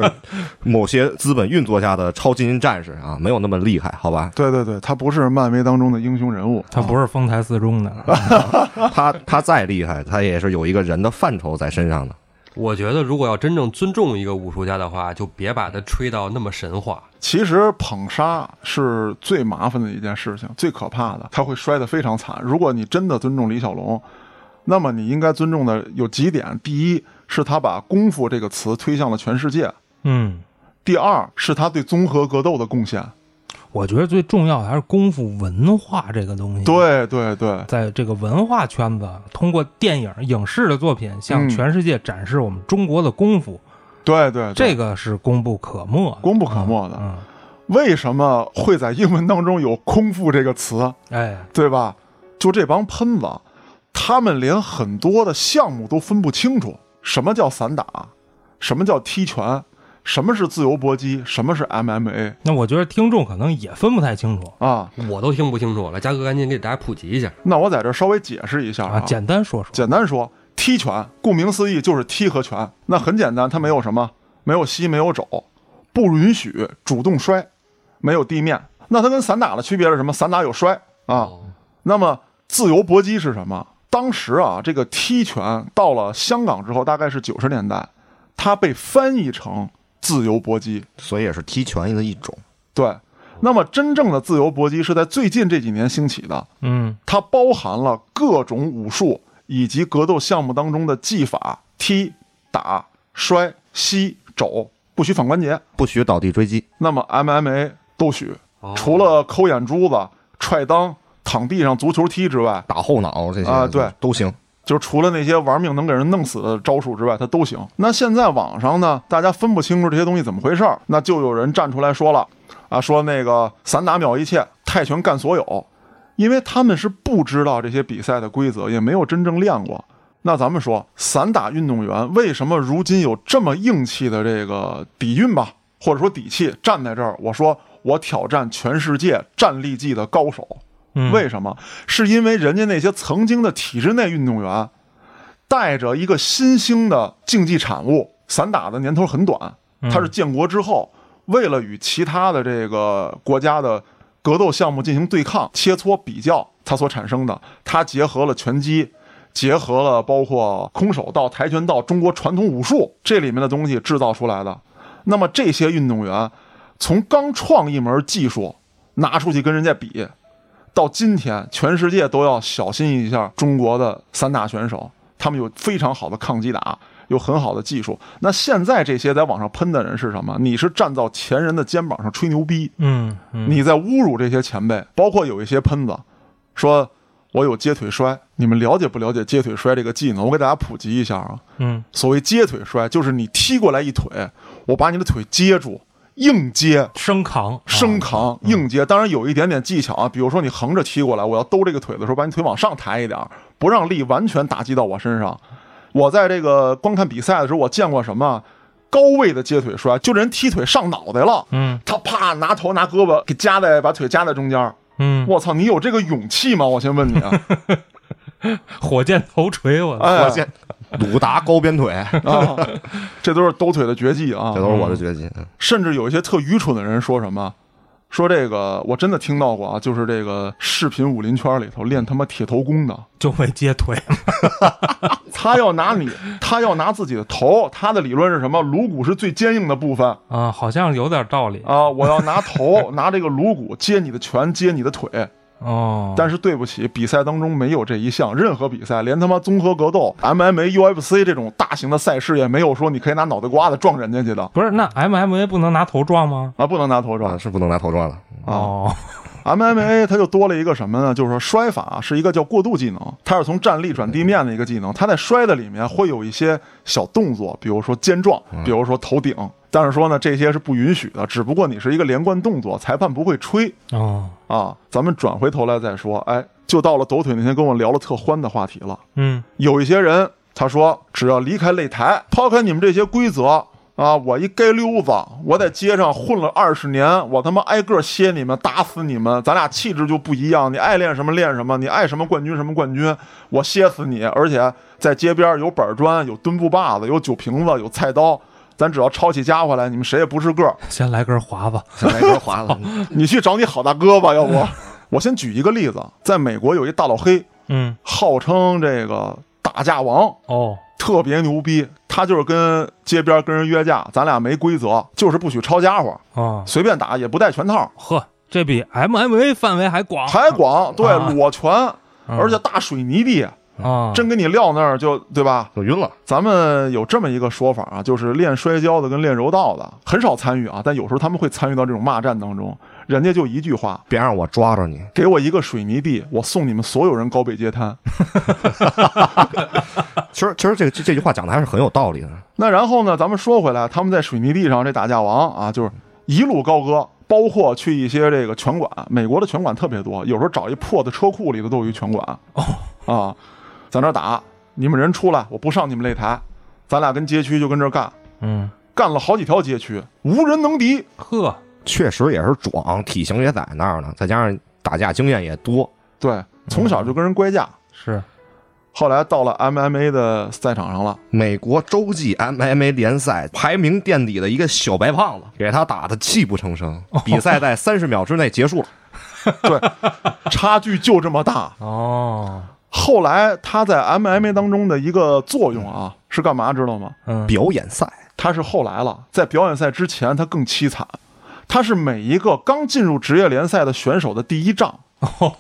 B: 某些资本运作下的超精英战士啊，没有那么厉害，好 吧？
A: 对对对，他不是漫威当中的英雄人物，
C: 他不是丰台四中的，
A: 啊
B: 他他再厉害，他也是有一个人的范畴在身上的。
D: 我觉得如果要真正尊重一个武术家的话，就别把他吹到那么神话。
A: 其实捧杀是最麻烦的一件事情，最可怕的，他会摔得非常惨。如果你真的尊重李小龙，那么你应该尊重的有几点：第一，是他把功夫这个词推向了全世界；
C: 嗯，
A: 第二，是他对综合格斗的贡献。
C: 我觉得最重要的还是功夫文化这个东西。，
A: 对对对
C: 在这个文化圈子，通过电影、影视的作品，向
A: 嗯
C: 全世界展示我们中国的功夫，
A: 对对，对
C: 这个是功不可没啊的，
A: 功不可没的
C: 嗯，
A: 为什么会在英文当中有“空腹”这个词？
C: 哎，
A: 对吧？就这帮喷子，他们连很多的项目都分不清楚，什么叫散打，什么叫踢拳，什么是自由搏击，什么是 MMA
C: 那我觉得听众可能也分不太清楚
A: 啊？
D: 我都听不清楚了，嘉哥赶紧给大家普及一下。
A: 那我在这儿稍微解释一下
C: 啊，简单说说，
A: 简单说，踢拳，顾名思义就是踢和拳。那很简单，它没有什么，没有膝，没有肘，不允许主动摔，没有地面。那它跟散打的区别是什么？散打有摔啊。那么自由搏击是什么？当时啊，这个踢拳到了香港之后，大概是九十年代，它被翻译成自由搏击。
B: 所以也是踢拳的一种。
A: 对，那么真正的自由搏击是在最近这几年兴起的。
C: 嗯
A: 它包含了各种武术以及格斗项目当中的技法：踢、打、摔、吸、肘，不许反关节。
B: 不许倒地追击，
A: 那么 MMA 都许，
D: 哦
A: 除了抠眼珠子、踹裆、躺地上足球踢之外，
B: 打后脑这些
A: 啊对
B: 都行。
A: 就是除了那些玩命能给人弄死的招数之外，它都行。那现在网上呢，大家分不清楚这些东西怎么回事儿，那就有人站出来说了，啊，说那个散打秒一切，泰拳干所有，因为他们是不知道这些比赛的规则，也没有真正练过。那咱们说，散打运动员为什么如今有这么硬气的这个底蕴吧，或者说底气，站在这儿，我说我挑战全世界站立技的高手，
C: 嗯
A: 为什么？是因为人家那些曾经的体制内运动员，带着一个新兴的竞技产物，散打的年头很短，它是建国之后，为了与其他的这个国家的格斗项目进行对抗、切磋比较，它所产生的。它结合了拳击，结合了包括空手道、跆拳道、中国传统武术这里面的东西制造出来的。那么这些运动员从刚创一门技术拿出去跟人家比，到今天全世界都要小心一下中国的散打选手，他们有非常好的抗击打，有很好的技术。那现在这些在网上喷的人是什么？你是站到前人的肩膀上吹牛逼，
C: 嗯嗯
A: 你在侮辱这些前辈，包括有一些喷子说。我有接腿摔，你们了解不了解接腿摔这个技能？我给大家普及一下啊。
C: 嗯
A: 所谓接腿摔，就是你踢过来一腿，我把你的腿接住，硬接，
C: 生扛
A: 生
C: 啊
A: 扛硬接，当然有一点点技巧啊，比如说你横着踢过来，我要兜这个腿的时候，把你腿往上抬一点儿，不让力完全打击到我身上。我在这个观看比赛的时候，我见过什么高位的接腿摔，就人踢腿上脑袋了，
C: 嗯
A: 他啪拿头拿胳膊给夹在，把腿夹在中间儿。
C: 嗯，
A: 我操，你有这个勇气吗？我先问你啊，
C: 火箭头锤我操，
A: 哎，
B: 我 见鲁达高鞭 腿，
A: 啊，这都是兜腿的绝技啊，
B: 这都是我的决心。嗯
A: 甚至有一些特愚蠢的人说什么，说这个我真的听到过啊，就是这个视频武林圈里头练他妈铁头功的，
C: 就会接腿，
A: 他要拿你， 他要拿自己的头，他的理论是什么？颅骨是最坚硬的部分
C: 啊，好像有点道理
A: 啊，我要拿头， 拿这个颅骨接你的拳，接你的腿。
C: 哦。
A: 但是对不起，比赛当中没有这一项，任何比赛，连他妈综合格斗、MMA、UFC 这种大型的赛事也没有说你可以拿脑袋瓜子撞人家去的
C: 不是，那 MMA 不能拿头撞吗？
A: 啊，不能拿头撞
B: 啊，。是不能拿头撞 了。
A: 啊
C: 哦，
A: MMA 哎它就多了一个什么呢？就是说摔法啊是一个叫过渡技能，它是从站立转地面的一个技能。它在摔的里面会有一些小动作，比如说肩撞，比如说头顶。但是说呢，这些是不允许的，只不过你是一个连贯动作，裁判不会吹
C: 哦，
A: 啊。咱们转回头来再说，哎，就到了抖腿那天跟我聊了特欢的话题了。
C: 嗯
A: 有一些人他说，只要离开擂台，抛开你们这些规则啊，我一街溜子，我在街上混了二十年，我他妈挨个歇你们，打死你们，咱俩气质就不一样，你爱练什么练什么，你爱什么冠军什么冠军，我歇死你！而且在街边有板砖，有墩布把子，有酒瓶子，有菜刀。咱只要抄起家伙来，你们谁也不是个儿。
C: 先来根华子，
B: 想来一根划了，
A: 你去找你好大哥吧，要不？我先举一个例子，在美国有一大老黑，
C: 嗯，
A: 号称这个打架王，
C: 哦，
A: 特别牛逼，他就是跟街边跟人约架，咱俩没规则，就是不许抄家伙，
C: 哦，
A: 随便打也不带拳套，
C: 呵，这比 MMA 范围还广，
A: 还广，对，
C: 啊
A: 裸拳，
C: 嗯
A: 而且大水泥地，
C: 啊，
A: 真给你撂那儿就对吧？
B: 就晕了。
A: 咱们有这么一个说法啊，就是练摔跤的跟练柔道的很少参与啊，但有时候他们会参与到这种骂战当中，人家就一句话。
B: 别让我抓着你，
A: 给我一个水泥地，我送你们所有人高背街摊。
B: 其实其实这个这这句话讲的还是很有道理的。
A: 那然后呢，咱们说回来，他们在水泥地上这打架王啊，就是一路高歌，包括去一些这个拳馆，美国的拳馆特别多，有时候找一破的车库里头都有一拳馆
C: 哦
A: 啊，在那儿打，你们人出来，我不上你们擂台，咱俩跟街区就跟这儿干，
C: 嗯，
A: 干了好几条街区，无人能敌。
C: 呵，
B: 确实也是壮，体型也在那儿呢，再加上打架经验也多，
A: 对，从小就跟人乖架，
C: 是，
A: 后来到了 MMA 的赛场上了。
B: 美国洲际 MMA 联赛排名垫底的一个小白胖子，给他打的泣不成声。比赛在三十秒之内结束了。
A: 对，差距就这么大。
C: 哦，
A: 后来他在 MMA 当中的一个作用啊，是干嘛知道吗？
C: 嗯，
B: 表演赛，
A: 他是后来了，在表演赛之前他更凄惨，他是每一个刚进入职业联赛的选手的第一仗，
B: 哦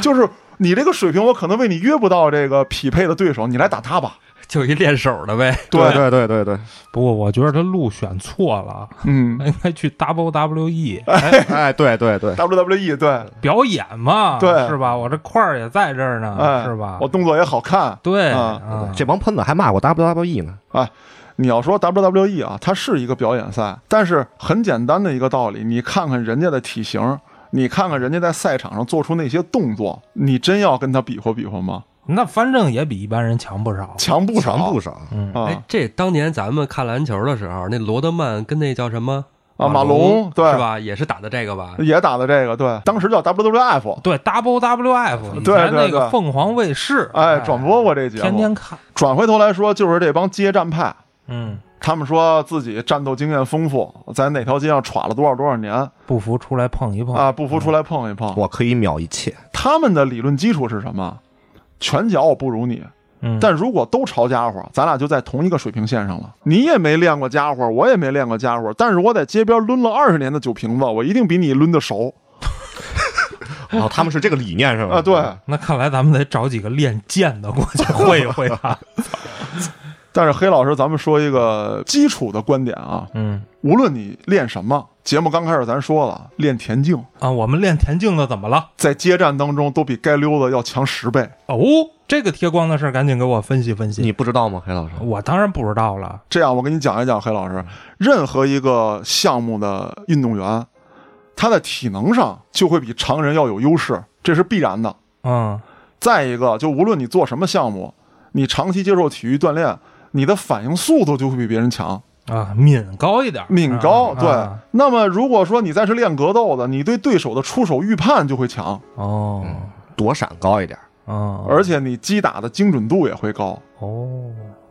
A: 就是你这个水平，我可能为你约不到这个匹配的对手，你来打他吧。
D: 就一练手的呗。
A: 对
B: 对对对对，
C: 不过我觉得他路选错了，
A: 嗯
C: 应该去 WWE
B: 哎对对对，
A: ，WWE E，对，
C: 表演嘛，
A: 对
C: 是吧？我这块儿也在这
A: 哎，
C: 儿呢，是吧
A: 我？动作也好看。
C: 对
A: 啊
C: 啊，
B: 这帮喷子还骂过 WWE 呢。
A: 你要说 WWE 啊，它是一个表演赛，但是很简单的一个道理，你看看人家的体型，你看看人家在赛场上做出那些动作，你真要跟他比划比划吗？
C: 那反正也比一般人强不少，
A: 强不少，
B: 强不少，
C: 嗯
D: 哎
A: 啊
D: 哎，，这当年咱们看篮球的时候，那罗德曼跟那叫什么
A: 啊，马龙
D: 龙
A: 对
D: 是吧？也是打的这个 吧？
A: 也打的这个，对，当时叫 WWF，
C: 对 WWF 以
A: 对
C: 前
A: 对
C: 那个
A: 对
C: 凤凰卫视，
A: 哎，转播过这节目。
C: 天天看，
A: 转回头来说，就是这帮街战派，
C: 嗯，
A: 他们说自己战斗经验丰富，在哪条街上耍了多少多少年
C: 不服出来碰一碰，
A: 啊，不服出来碰一碰。
B: 我可以秒一 切。
A: 他们的理论基础是什么？拳脚我不如你，
C: 嗯，
A: 但如果都抄家伙，咱俩就在同一个水平线上了。你也没练过家伙，我也没练过家伙，但是我在街边抡了二十年的酒瓶子，我一定比你抡的熟
B: 然啊后他们是这个理念是吧？
C: 嗯
A: 啊！ 对，
C: 那看来咱们得找几个练剑的过去会一会他，
A: 但是黑老师，咱们说一个基础的观点啊，
C: 嗯。
A: 无论你练什么，节目刚开始咱说了，练田径
C: 啊，我们练田径的怎么了？
A: 在街战当中都比该溜子要强十倍。
C: 哦，这个贴光的事儿赶紧给我分析分析。
B: 你不知道吗，黑老师？
C: 我当然不知道了，
A: 这样，我给你讲一讲，黑老师，任何一个项目的运动员，他的体能上就会比常人要有优势，这是必然的。
C: 嗯，
A: 再一个，就无论你做什么项目，你长期接受体育锻炼，你的反应速度就会比别人强，
C: 啊，敏高一点儿，
A: 敏高。
C: 啊
A: 对，
C: 啊
A: 那么如果说你再是练格斗的，你对对手的出手预判就会强，
C: 哦，
B: 躲闪高一点，
C: 哦，
A: 嗯而且你击打的精准度也会高。
C: 哦，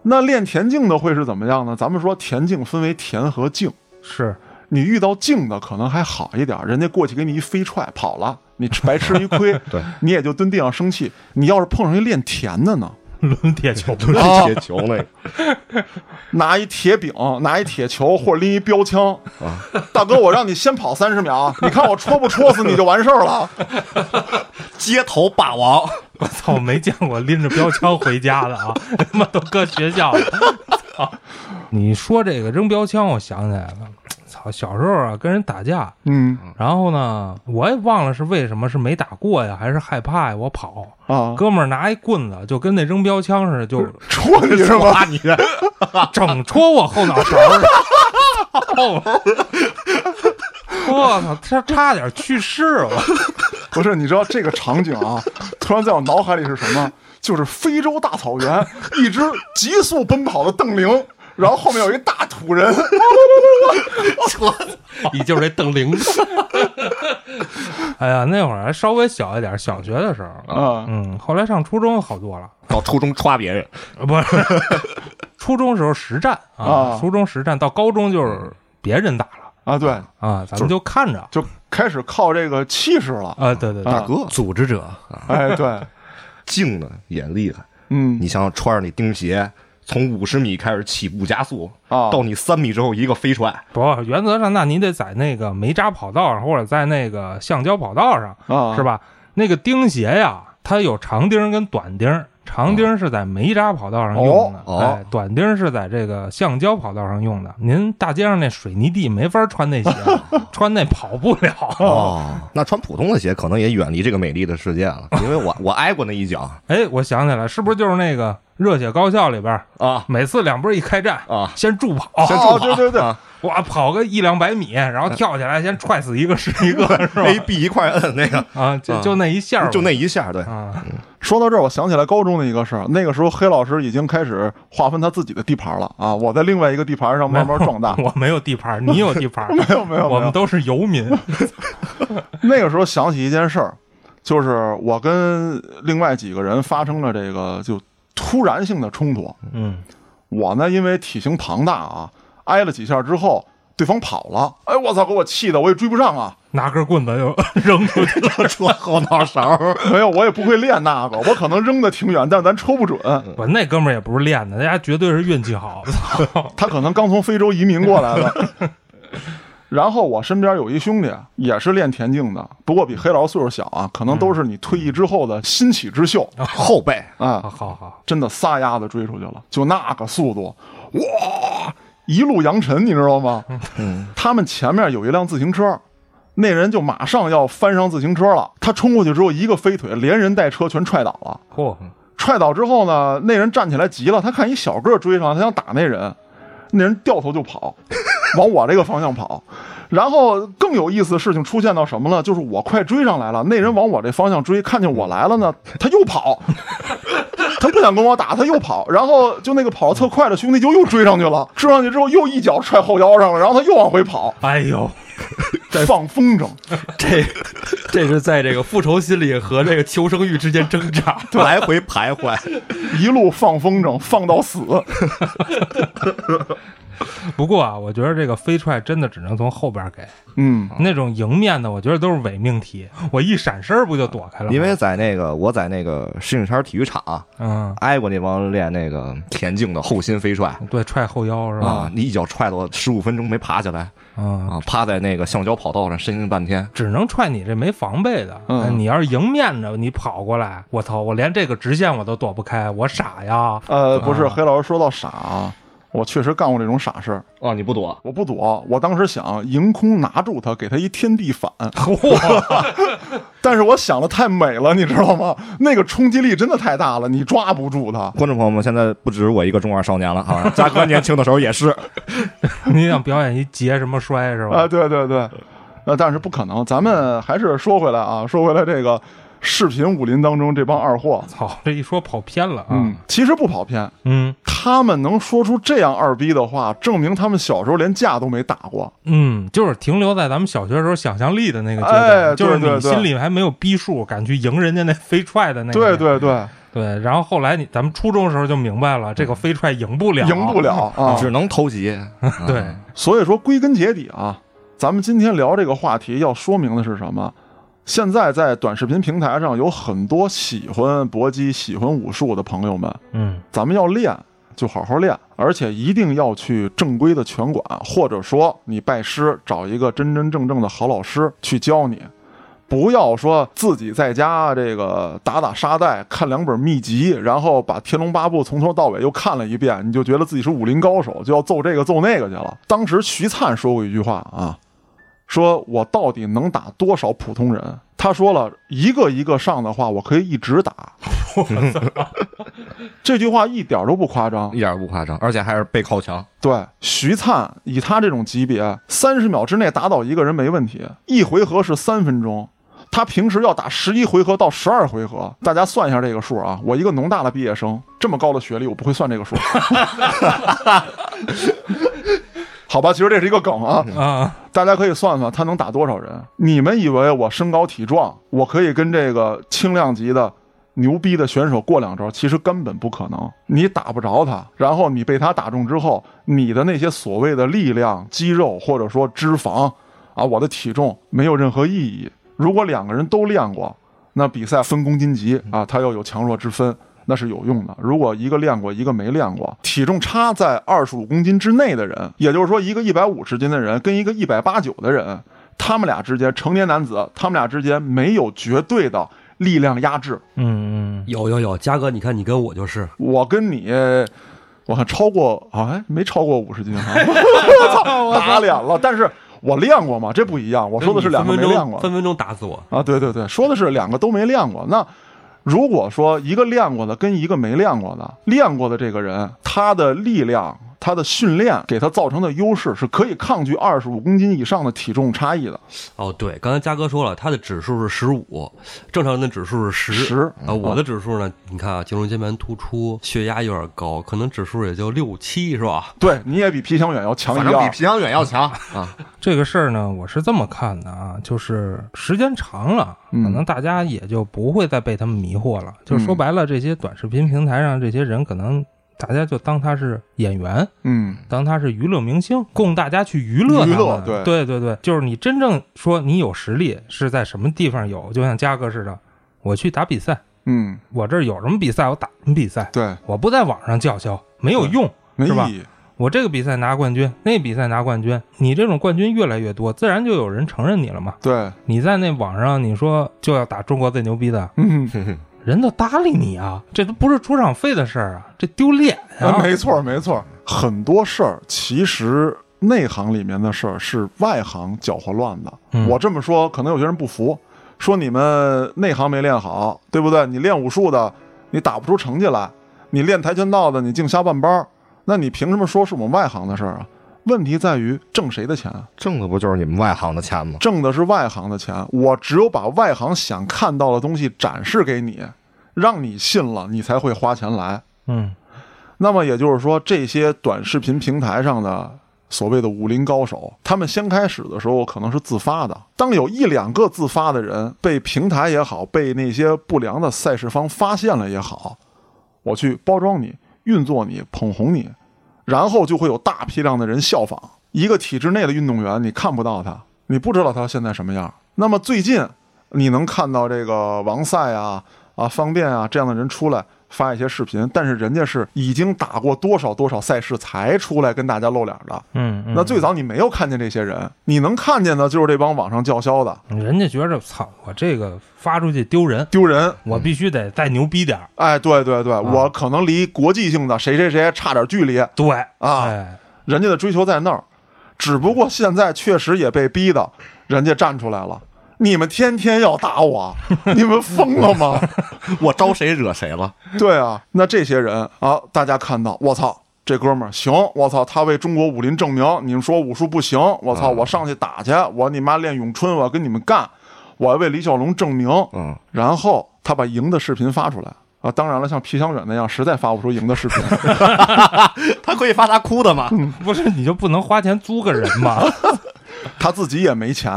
A: 那练田径的会是怎么样呢？咱们说田径分为田和径，
C: 是，
A: 你遇到静的可能还好一点，人家过去给你一飞踹跑了，你吃白吃一 亏，
B: 对，
A: 你也就蹲地上生气。你要是碰上一练田的呢，
C: 抡铁球，
B: 抡铁球那个
A: 拿一铁饼，拿一铁球或者拎一标枪，
C: 啊
A: 大哥，我让你先跑三十秒，你看我戳不戳死你就完事儿了。
B: 街头霸王，
C: 我操，我没见过拎着标枪回家的啊， 他妈都搁学校了。操你说这个扔标枪，我想起来了，操，小时候啊跟人打架，
A: 嗯
C: 然后呢，我也忘了是为什么，是没打过呀，还是害怕呀？我跑，
A: 啊，
C: 哥们儿拿一棍子，就跟那扔标枪似的，就
A: 戳你是吧？
B: 哇，你这
C: 整戳我后脑勺儿。哦操！ 我操，他差点去世了。
A: 不是，你知道这个场景啊，突然在我脑海里是什么？就是非洲大草原，一只急速奔跑的瞪羚，然后后面有一大土人。
D: 你就是这邓 玲，
C: 哎呀，那会儿还稍微小一点，小学的时候。
A: 啊，
C: 嗯，后来上初中好多了，
B: 到初中抓别人，
C: 呃不是初中时候实战啊
A: 啊，
C: 初中实战到高中就是别人打了
A: 啊，对，
C: 啊，咱们就看着
A: 就开始靠这个气势了。
C: 啊，对对对
A: 啊
B: 大哥
D: 组织者，
A: 哎，对，
B: 静的也厉害。
A: 嗯，
B: 你想想，穿上那钉鞋，从五十米开始起步加速，
A: 啊
B: 到你三米之后一个飞踹，
C: 不，原则上，那你得在那个煤渣跑道上，或者在那个橡胶跑道上，
A: 啊，
C: 是？吧？那个钉鞋呀，它有长钉跟短钉，长钉是在煤渣跑道上用的，
B: 哦哦
C: 哎，短钉是在这个橡胶跑道上用的。您大街上那水泥地没法穿那鞋， 穿那跑不了。
B: 哦，那穿普通的鞋可能也远离这个美丽的世界 了，因为我我挨过那一脚
C: 哎，我想起来，是不是就是那个《热血高校》里边，
B: 啊
C: 每次两波一开战，
B: 啊！
C: 先助跑，
A: 先助跑对对对
B: 啊
C: 哇，跑个一两百米，然后跳起来先踹死一个是一个，是吧？
B: ，A B 一块摁那个，
A: 嗯
C: 啊，就就那一下儿吧，
B: 就那一下， 对，
C: 啊。
A: 说到这儿，我想起来高中的一个事儿。那个时候，黑老师已经开始划分他自己的地盘了啊！我在另外一个地盘上慢慢壮大。
C: 我没有地盘，你有地盘，没
A: 有 没有没有
C: 我们都是游民。
A: 那个时候想起一件事儿，就是我跟另外几个人发生了这个就突然性的冲突。
C: 嗯，
A: 我呢，因为体型庞大啊，挨了几下之后，对方跑了。哎，我操，给我气的，我也追不上啊！
C: 拿根棍子又 扔出去了。
B: 戳后脑勺，
A: 没有，我也不会练那个，我可能扔的挺远，但是咱抽不准。
C: 我那哥们儿也不是练的，那家绝对是运气好。操
A: 他可能刚从非洲移民过来的。然后我身边有一兄弟也是练田径的，不过比黑老师岁数小啊，可能都是你退役之后的新起之秀
B: 后背
A: 啊、
C: 好 好好，
A: 真的撒丫子追出去了，就那个速度，哇，一路扬尘，你知道吗？
B: 嗯
A: 他们前面有一辆自行车，那人就马上要翻上自行车了，他冲过去之后一个飞腿，连人带车全踹倒了。
C: 嚯，
A: 踹倒之后呢，那人站起来急了，他看一小个儿追上来，他想打那人，那人掉头就跑，往我这个方向跑。然后更有意思的事情出现到什么呢？就是我快追上来了，那人往我这方向追，看见我来了呢，他又跑，他不想跟我打，他又跑，然后就那个跑得特快的兄弟就又追上去了，追上去之后又一脚踹后腰上了，然后他又往回跑，
C: 哎呦，
A: 放风筝。
D: 这这是在这个复仇心理和这个求生欲之间挣扎。
B: 来回徘徊，
A: 一路放风筝，放到死。
C: 不过啊，我觉得这个飞踹真的只能从后边给，
A: 嗯，
C: 那种迎面的，我觉得都是伪命题。我一闪身儿不就躲开了吗？
B: 因为在那个我在那个石景山体育场
C: 嗯，
B: 挨过那帮练那个田径的后心飞踹
C: 对，踹后腰是吧？
B: 啊，你一脚踹了十五分钟没爬起来
C: 嗯，
B: 啊，趴在那个橡胶跑道上呻吟半天。
C: 只能踹你这没防备的。
A: 嗯
C: 哎你要是迎面着你跑过来，我操，我连这个直线我都躲不开，我傻呀！
A: 呃，不是，黑老师说到傻啊，我确实干过这种傻事儿，
B: 哦，你不躲？
A: 我不躲，我当时想迎空拿住他，给他一天地反， 但是我想的太美了，你知道吗？那个冲击力真的太大了，你抓不住他。
B: 观众朋友们，现在不止我一个中二少年 了啊，嘉哥年轻的时候也是。
C: 你想表演一截什么摔是
A: 啊，
C: 吧？
A: 对对对，那但是不可能。咱们还是说回来啊，说回来这个视频武林当中这帮二货，
C: 操，这一说跑偏了啊！
A: 嗯，其实不跑偏，
C: 嗯
A: 他们能说出这样二逼的话，证明他们小时候连架都没打过。
C: 嗯就是停留在咱们小学时候想象力的那个阶段，
A: 哎
C: 就是
A: 对
C: 你
A: 对对
C: 心里还没有逼数，敢去迎人家那飞踹的那个。
A: 对对对，
C: 对，然后后来你咱们初中时候就明白了，这个飞踹赢不了，
A: 嗯赢不。了啊。
B: 只能 偷袭。啊
C: 对，
A: 所以说，归根结底啊，咱们今天聊这个话题要说明的是什么？现在在短视频平台上有很多喜欢搏击、喜欢武术的朋友们，
C: 嗯
A: 咱们要练就好好练，而且一定要去正规的拳馆，或者说你拜师找一个真真正正的好老师去教你。不要说自己在家这个打打沙袋，看两本秘籍，然后把《天龙八部》从头到尾又看了一遍，你就觉得自己是武林高手，就要揍这个揍那个去了。当时徐灿说过一句话啊，说我到底能打多少普通人？他说了一个一个上的话，我可以一直打。 这句话一点都不夸张
B: 一。点儿不夸张，而且还是背靠墙。
A: 对，徐灿以他这种级别，三十秒之内打倒一个人没问题，一回合是三分钟。他平时要打十一回合到十二回合，大家算一下这个数啊！我一个农大的毕业生，这么高的学历，我不会算这个数。 好吧，其实这是一个梗啊，
C: 啊，
A: 大家可以算算他能打多少人。你们以为我身高体壮，我可以跟这个轻量级的牛逼的选手过两招？其实根本不可能，你打不着他。然后你被他打中之后，你的那些所谓的力量、肌肉或者说脂肪啊，我的体重没有任何意义。如果两个人都练过，那比赛分公斤级
D: 嗯
A: 啊，它要有强弱之分，那是有用的。如果一个练过，一个没练过，体重差在二十五公斤之内的人，也就是说一个一百五十斤的人跟一个一百八九的人，他们俩之间，成年男子，他们俩之间没有绝对的力量压制。
C: 嗯嗯，
D: 有有有，嘉哥，你看你跟我就是，
A: 我跟你。我看超过啊，哎，没超过五十 斤啊！我操，打脸了！但是我练过嘛，这不一样。我
D: 我
A: 说的是两个没练过，
D: 分分钟打死我。
A: 啊，对对对，说的是两个都没练过。那如果说一个练过的跟一个没练过的，练过的这个人，他的力量、他的训练给他造成的优势是可以抗拒二十五公斤以上的体重差异的。
D: 哦，对，刚才嘉哥说了，他的指数是十五，正常人的指数是十。
A: 10
D: 啊，我的指数呢？你看啊，颈椎间盘突出，血压有点高，可能指数也就六七，是吧？
A: 对，你也比皮翔远要强
B: 反
A: 一
B: 正比
A: 样。
B: 平阳远要强 啊！
C: 这个事儿呢，我是这么看的啊，就是时间长了，可
A: 嗯
C: 能大家也就不会再被他们迷惑了。就说白了，这些短视频平台上这些人，可能大家就当他是演员，
A: 嗯，
C: 当他是娱乐明星，供大家去娱乐他们。
A: 娱乐对
C: 对对对就是你真正说你有实力是在什么地方有，就像嘉哥似的，我去打比赛，
A: 嗯，
C: 我这儿有什么比赛我打什么比赛，
A: 对，
C: 我不在网上叫嚣，没有用。
A: 没
C: 是吧
A: 意义。
C: 我这个比赛拿冠军，那比赛拿冠军，你这种冠军越来越多，自然就有人承认你了嘛。
A: 对，
C: 你在那网上你说就要打中国最牛逼的，
A: 嗯，
C: 人都搭理你啊，这都不是出场费的事儿啊，这丢脸啊！
A: 啊没错没错，很多事儿其实。内行里面的事儿是外行搅和乱的。
C: 嗯
A: 我这么说，可能有些人不服，说你们内行没练好，对不对？你练武术的，你打不出成绩来；你练跆拳道的，你净瞎办班儿那你凭什么说是我们外行的事儿啊？问题在于挣谁的钱？
B: 挣的不就是你们外行的钱吗？
A: 挣的是外行的钱。我只有把外行想看到的东西展示给你，让你信了，你才会花钱来。
C: 嗯
A: 那么也就是说，这些短视频平台上的所谓的武林高手，他们先开始的时候可能是自发的。当有一两个自发的人被平台也好，被那些不良的赛事方发现了也好，我去包装你、运作你、捧红你，然后就会有大批量的人效仿。一个体制内的运动员，你看不到他，你不知道他现在什么样。那么最近你能看到这个王赛啊、啊方便啊这样的人出来发一些视频，但是人家是已经打过多少多少赛事才出来跟大家露脸的。
C: 嗯，嗯
A: 那最早你没有看见这些人，你能看见的就是这帮网上叫嚣的
C: 人家觉着操，我这个发出去丢人，
A: 丢人。
B: 嗯
C: 我必须得再牛逼点儿。
A: 哎，对对对，我可能离国际性的谁谁谁差点距离，
C: 对
A: 啊
C: 哎
A: 人家的追求在那儿，只不过现在确实也被逼的，人家站出来了。你们天天要打我，你们疯了吗？
B: 我招谁惹谁了？
A: 对啊，那这些人啊，大家看到，我操，这哥们儿行，我操，他为中国武林证明。你们说武术不行，我操，我上去打去，我你妈练咏春，我要跟你们干，我要为李小龙证明。
B: 嗯，
A: 然后他把赢的视频发出来啊，当然了，像皮香远那样，实在发不出赢的视频。
B: 他可以发他哭的吗？
C: 不是你就不能花钱租个人吗？
A: 他自己也没钱，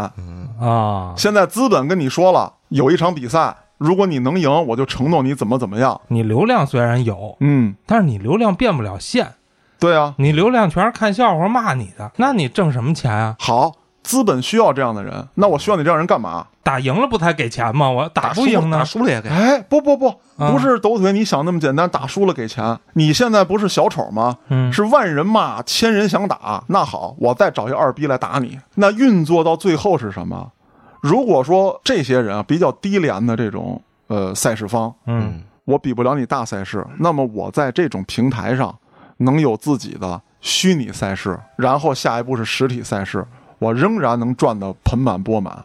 C: 啊，
A: 现在资本跟你说了，有一场比赛，如果你能赢，我就承诺你怎么怎么样。
C: 你流量虽然有，
A: 嗯，
C: 但是你流量变不了现，
A: 对啊，
C: 你流量全是看笑话骂你的，那你挣什么钱啊？
A: 好，资本需要这样的人，那我需要你这样人干嘛？
C: 打赢了不才给钱吗？我打不赢呢
B: 打，输了也给。
A: 哎，不不不，
C: 啊
A: 不是抖腿你想那么简单，打输了给钱。你现在不是小丑吗？
C: 嗯
A: 是万人骂，千人想打。那好，我再找一二逼来打你。那运作到最后是什么？如果说这些人啊比较低廉的这种呃赛事方，
C: 嗯
A: 我比不了你大赛事，那么我在这种平台上能有自己的虚拟赛事，然后下一步是实体赛事，我仍然能赚得盆满钵满。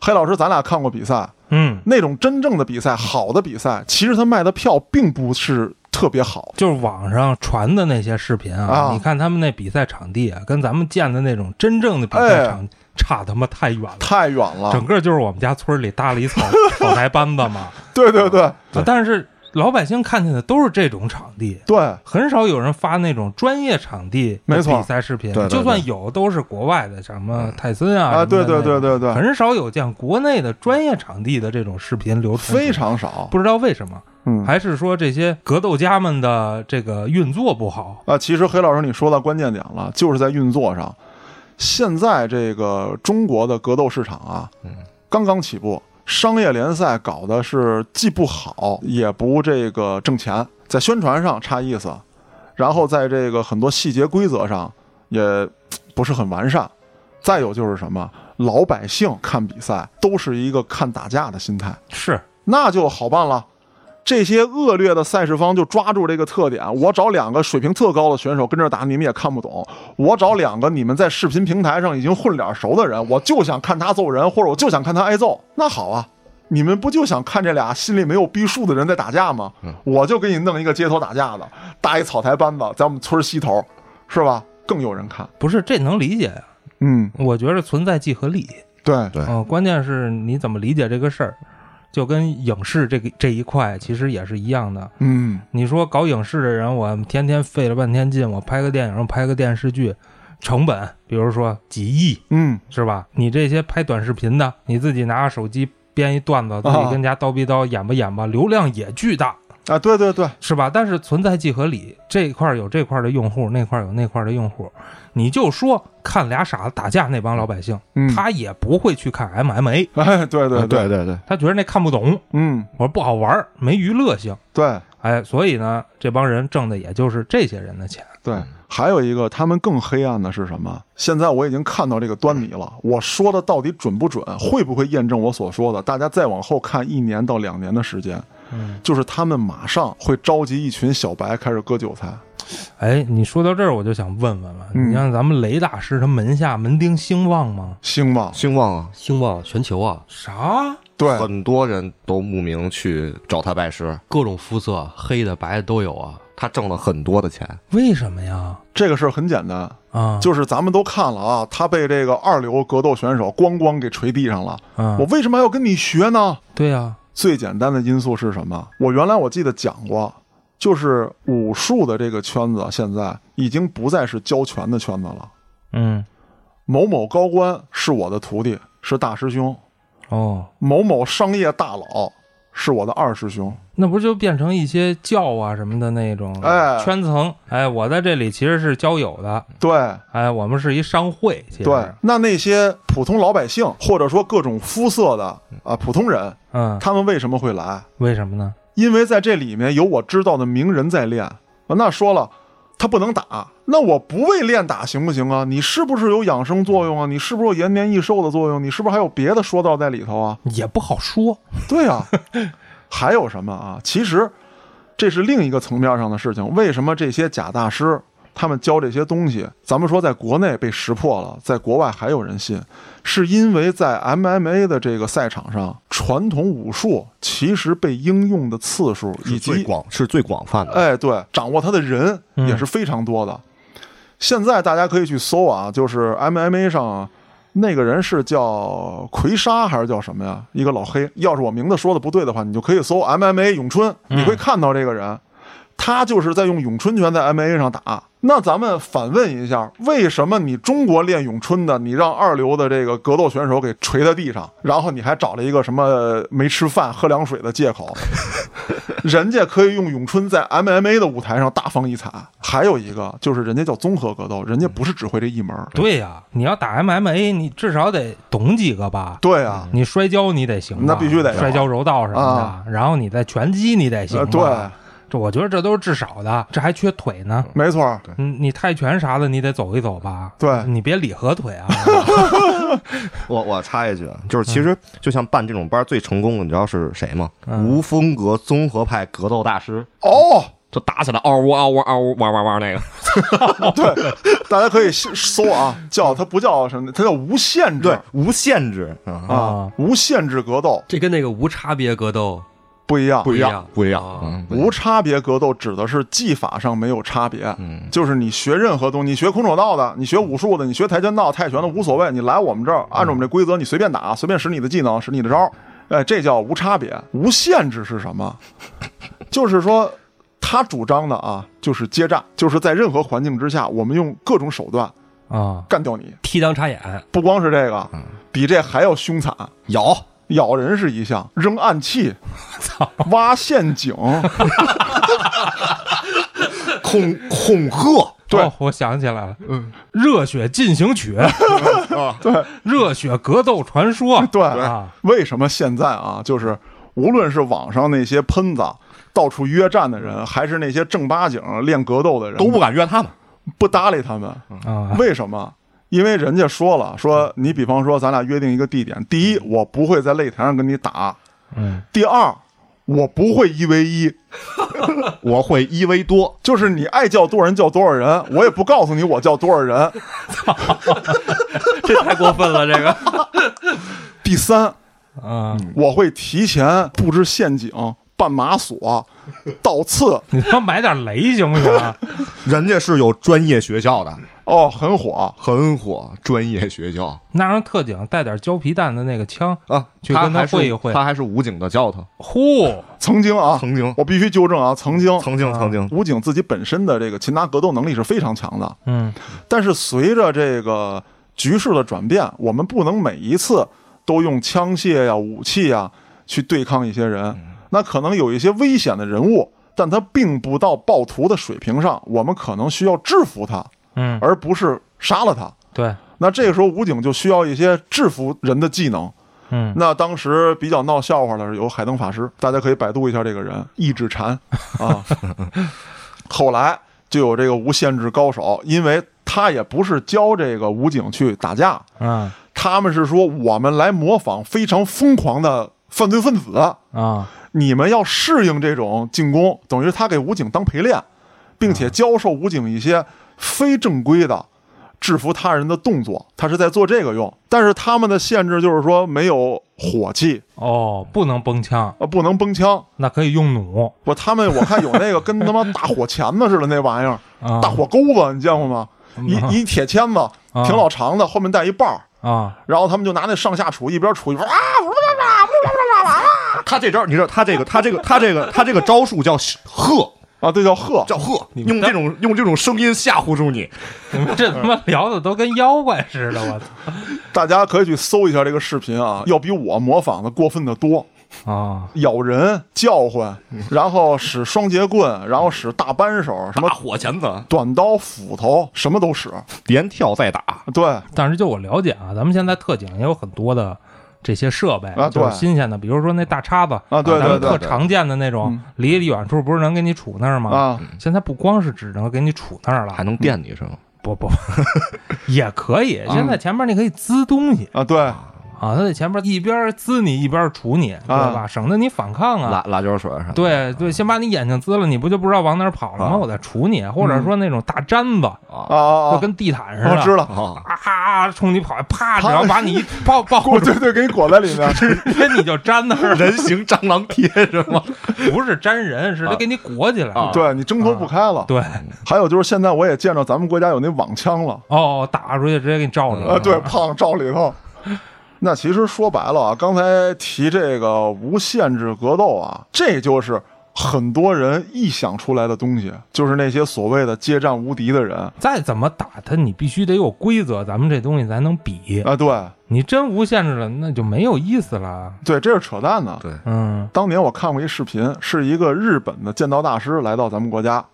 A: 黑老师，咱俩看过比赛，
C: 嗯，
A: 那种真正的比赛，好的比赛，其实他卖的票并不是特别好。
C: 就是网上传的那些视频啊，
A: 啊
C: 你看他们那比赛场地啊，跟咱们见的那种真正的比
B: 哎
C: 赛场地差他妈太远了。
A: 太远了
C: 整，个就是我们家村里搭了一 草草台班子嘛，
A: 对对对
C: 啊但是老百姓看见的都是这种场地，
A: 对，
C: 很少有人发那种专业场地的
A: 没错
C: 比赛视频，
B: 对对对
C: 就算有都是国外的，什么泰森啊
A: 啊，
C: 什么
A: 对
C: 的
A: 对对
C: 那种
A: 对对，
C: 很少有见国内的专业场地的这种视频流传出来，
A: 非常少。
C: 不知道为什么，
A: 嗯，
C: 还是说这些格斗家们的这个运作不好？
A: 啊，其实黑老师你说到关键点了，就是在运作上。现在这个中国的格斗市场啊，刚刚起步，商业联赛搞的是既不好也不这个挣钱，在宣传上差意思，然后在这个很多细节规则上也嘖不是很完善。再有就是什么，老百姓看比赛都是一个看打架的心态。
C: 是，
A: 那就好办了。这些恶劣的赛事方就抓住这个特点，我找两个水平特高的选手跟这儿打，你们也看不懂；我找两个你们在视频平台上已经混脸熟的人，我就想看他揍人，或者我就想看他挨揍。那好啊，你们不就想看这俩心里没有逼数的人在打架吗？我就给你弄一个街头打架的，搭一草台班子，在我们村儿西头，是吧？更有人看。
C: 不是这能理解呀？
A: 嗯，
C: 我觉着存在即合理，
A: 对，
B: 对
C: 嗯、关键是你怎么理解这个事儿，就跟影视这个这一块其实也是一样的。
A: 嗯，
C: 你说搞影视的人，我天天费了半天劲，我拍个电影，拍个电视剧，成本比如说几亿，
A: 嗯，
C: 是吧？你这些拍短视频的，你自己拿个手机编一段子，自己跟家叨逼叨演吧演吧，流量也巨大，
A: 啊，对对对，
C: 是吧？但是存在即合理，这块儿有这块儿的用户，那块儿有那块儿的用户，你就说看俩傻子打架那帮老百姓，
A: 嗯，
C: 他也不会去看 MMA，
A: 哎， 对对对，
B: 啊对对，
C: 他觉得那看不懂，
A: 嗯，
C: 我说不好玩儿，没娱乐性。
A: 对。
C: 哎，所以呢，这帮人挣的也就是这些人的钱。
A: 对，还有一个他们更黑暗的是什么？现在我已经看到这个端倪了。我说的到底准不准？会不会验证我所说的？大家再往后看一年到两年的时间，
C: 嗯，
A: 就是他们马上会召集一群小白开始割韭菜。
C: 哎，你说到这儿，我就想问问了，
A: 嗯
C: 你像咱们雷大师，他门下门丁兴旺吗？
A: 兴旺，
B: 兴旺啊，
D: 兴旺全球啊，
C: 啥？
A: 对
B: 很多人都慕名去找他拜师，
D: 各种肤色，黑的白的都有啊。
B: 他挣了很多的钱。
C: 为什么呀？
A: 这个事儿很简单，
C: 啊，
A: 就是咱们都看了啊，他被这个二流格斗选手咣咣给锤地上了。
C: 啊
A: 我，为什么还要跟你学呢？
C: 对呀、
A: 最简单的因素是什么？我原来我记得讲过，就是武术的这个圈子现在已经不再是教拳的圈子了。
C: 嗯，
A: 某某高官是我的徒弟，是大师兄；
C: 哦，
A: 某某商业大佬是我的二师兄。
C: 那不就变成一些教啊什么的那种
A: 哎
C: 圈层？哎，我在这里其实是交友的，
A: 对
C: 哎，我们是一商会，其实
A: 对，那那些普通老百姓，或者说各种肤色的啊普通人，
C: 嗯，
A: 他们为什么会来？
C: 为什么呢？
A: 因为在这里面有我知道的名人在练。啊那说了，他不能打，那我不为练打行不行啊？你是不是有养生作用啊？你是不是有延年益寿的作用？你是不是还有别的说道在里头啊？
C: 也不好说，
A: 对啊， 还有什么啊？其实这是另一个层面上的事情。为什么这些假大师他们教这些东西，咱们说在国内被识破了，在国外还有人信，是因为在 MMA 的这个赛场上，传统武术其实被应用的次数以
B: 是最
A: 及
B: 广是最广泛的。
A: 哎，对，掌握它的人也是非常多的。现在大家可以去搜啊，就是 MMA 上那个人是叫奎沙还是叫什么呀？一个老黑。要是我名字说的不对的话，你就可以搜 MMA 咏春，你会看到这个人，他就是在用咏春拳在 MMA 上打。那咱们反问一下，为什么你中国练咏春的，你让二流的这个格斗选手给锤在地上，然后你还找了一个什么没吃饭喝凉水的借口？人家可以用咏春在 MMA 的舞台上大放异彩。还有一个就是人家叫综合格斗，人家不是只会这一门儿。
C: 对呀、你要打 MMA，你至少得懂几个吧？
A: 对啊，
C: 你摔跤你得行吧，
A: 那必须得
C: 摔跤、柔道什么的，
A: 啊
C: 然后你在拳击你得行吧、
A: 呃，对，
C: 这我觉得这都是至少的，这还缺腿呢。
A: 没错儿，
C: 嗯，你泰拳啥的你得走一走吧？
A: 对
C: 你别理合腿啊。
B: 我我插一句，啊就是其实就像办这种班儿最成功的，你知道是谁吗？
C: 嗯
B: 无风格综合派格斗大师，
A: 哦，
E: 就打起来，嗷呜嗷呜嗷呜，哇哇哇那个。
A: 对，大家可以搜搜啊，叫它不叫什么，它叫无限制
B: 对，无限制啊，
A: 啊，无限制格斗
D: 这跟那个无差别格斗
A: 不一样。
D: 一样，
B: 不一样
D: 啊，
B: 嗯，不一样
A: 无差别格斗指的是技法上没有差别，
B: 嗯
A: 就是你学任何东西，你学空手道的，你学武术的，你学跆拳道、泰拳的无所谓，你来我们这
B: 嗯
A: 儿，按照我们这规则，你随便打，随便使你的技能，使你的招儿，哎，这叫无差别。无限制是什 么？就是说，他主张的啊，就是接诈，就是在任何环境之下，我们用各种手段
C: 啊，
A: 干掉你。
D: 踢裆插眼，
A: 不光是这
B: 嗯
A: 个，比这还要凶残，
B: 有
A: 咬人是一项，扔暗 器，挖陷阱，
B: 恐恐吓，
A: 对啊
C: 哦我想起来了，嗯，热血进 行曲，对，热血格斗传说，
A: 对
C: 啊，
A: 为什么现在啊，就是无论是网上那些喷子到处约战的人，还是那些正八经练格斗的人，
B: 都不嗯敢约他们。
A: 不搭理他们？
C: 啊，
A: 为什么？因为人家说了，说你比方说咱俩约定一个地点，第
B: 嗯
A: 一，我不会在擂台上跟你打；
C: 嗯，
A: 第二，我不会一 v 一，
B: 我会一 v 多，
A: 就是你爱叫多少人叫多少人，我也不告诉你我叫多少 人。
D: 这太过分了，这个
A: 第三，
C: 啊，
A: 我会提前布置陷阱、绊马索、 倒刺，
C: 你他妈买点雷行不行啊？
B: 人家是有专业学校的，
A: 哦，很火。
B: 很火，专业学校
C: 那让特警带点胶皮弹的那个枪，
B: 啊。
C: 去
B: 他
C: 跟他
B: 还是
C: 会一会啊
B: 他还是武警的教他，
C: 呼，
A: 曾经啊，
B: 曾经，
A: 我必须纠正啊，曾经
B: 曾经，曾经，
A: 武警自己本身的这个擒拿格斗能力是非常强的，
C: 嗯，
A: 但是随着这个局势的转变，我们不能每一次都用枪械呀、武器呀去对抗一些人。
B: 嗯
A: 那可能有一些危险的人物，但他并不到暴徒的水平上，我们可能需要制服他，
C: 嗯，
A: 而不是杀了他。
C: 对，
A: 那这个时候，武警就需要一些制服人的技能。
C: 嗯，
A: 那当时比较闹笑话的是有海登法师，大家可以百度一下这个人，易志禅啊。后来就有这个无限制高手，因为他也不是教这个武警去打架，
C: 啊
A: 他们是说我们来模仿非常疯狂的犯罪分子，
C: 啊，
A: 你们要适应这种进攻，等于是他给武警当陪练，并且教授武警一些非正规的制服他人的动作，他是在做这个用。但是他们的限制就是说没有火器，
C: 哦，不能崩枪，
A: 呃，不能崩枪。
C: 那可以用弩
A: 我他们我看有那个跟他妈大火钳子似的那玩意儿，
C: 啊，
A: 大火钩子，你见过吗？一一铁签子，挺老长的，后面带一把儿，
C: 啊，
A: 然后他们就拿那上下杵，一边杵一边啊，
B: 他这招，你知道他这个他这个他这个他这个招数叫喝，
A: 啊，对，叫鹤，
B: 叫喝，
C: 们
B: 用这种用这种声音吓唬住你。
C: 你们这他妈聊的都跟妖怪似的，我操
A: 大家可以去搜一下这个视频啊，要比我模仿的过分的多。
C: 啊！
A: 咬人、叫唤，然后使双节棍，然后使大扳手，什么
B: 大火钳子，
A: 短刀、斧头，什么都使。
B: 连跳带打，
A: 对，
C: 但是就我了解啊，咱们现在特警也有很多的这些设备，
A: 啊对
C: 就是新鲜的，比如说那大叉子
A: 啊对
C: 咱们
A: 对对嗯
C: 特常见的那种，离远处不是能给你杵那儿吗？
A: 啊，
C: 现在不光是只能给你杵那儿了，
B: 还能电你是吗？
C: 不不， 也可以。
A: 嗯
C: 现在前面你可以滋东西
A: 啊，对，
C: 啊，他在前面一边滋你一边杵你，对
A: 啊
C: 吧？省得你反抗啊。
B: 辣辣椒水啥？，
C: 对对，先把你眼睛滋了，你不就不知道往哪儿跑了吗？
B: 啊
C: 我再杵你，或者说那种大毡子，
A: 啊啊
C: 就
A: 啊，
C: 跟地毯似的，
A: 嗯我知道，
B: 啊，
C: 啊，冲你跑，啪，只
A: 啪
C: 要把你一抱抱
A: 裹
C: 住，
A: 对对，给你裹在 里面。
C: 直接你就粘那儿了，
B: 人形蟑螂贴是吗？
C: 不是粘人，是他给你裹起来。
B: 啊
A: 对你挣脱不开了。
C: 对，
A: 还有就是现在我也见着咱们国家有那网枪了，
C: 哦，打出去直接给你罩着了。
A: 啊，对，胖照里头。那其实说白了啊，刚才提这个无限制格斗啊，这就是很多人臆想出来的东西，就是那些所谓的街站无敌的人
C: 再怎么打他，你必须得有规则，咱们这东西才能比。
A: 啊，对
C: 你真无限制了，那就没有意思了。
A: 对，这是扯淡的。
B: 对
C: 嗯，
A: 当年我看过一视频，是一个日本的剑道大师来到咱们国家，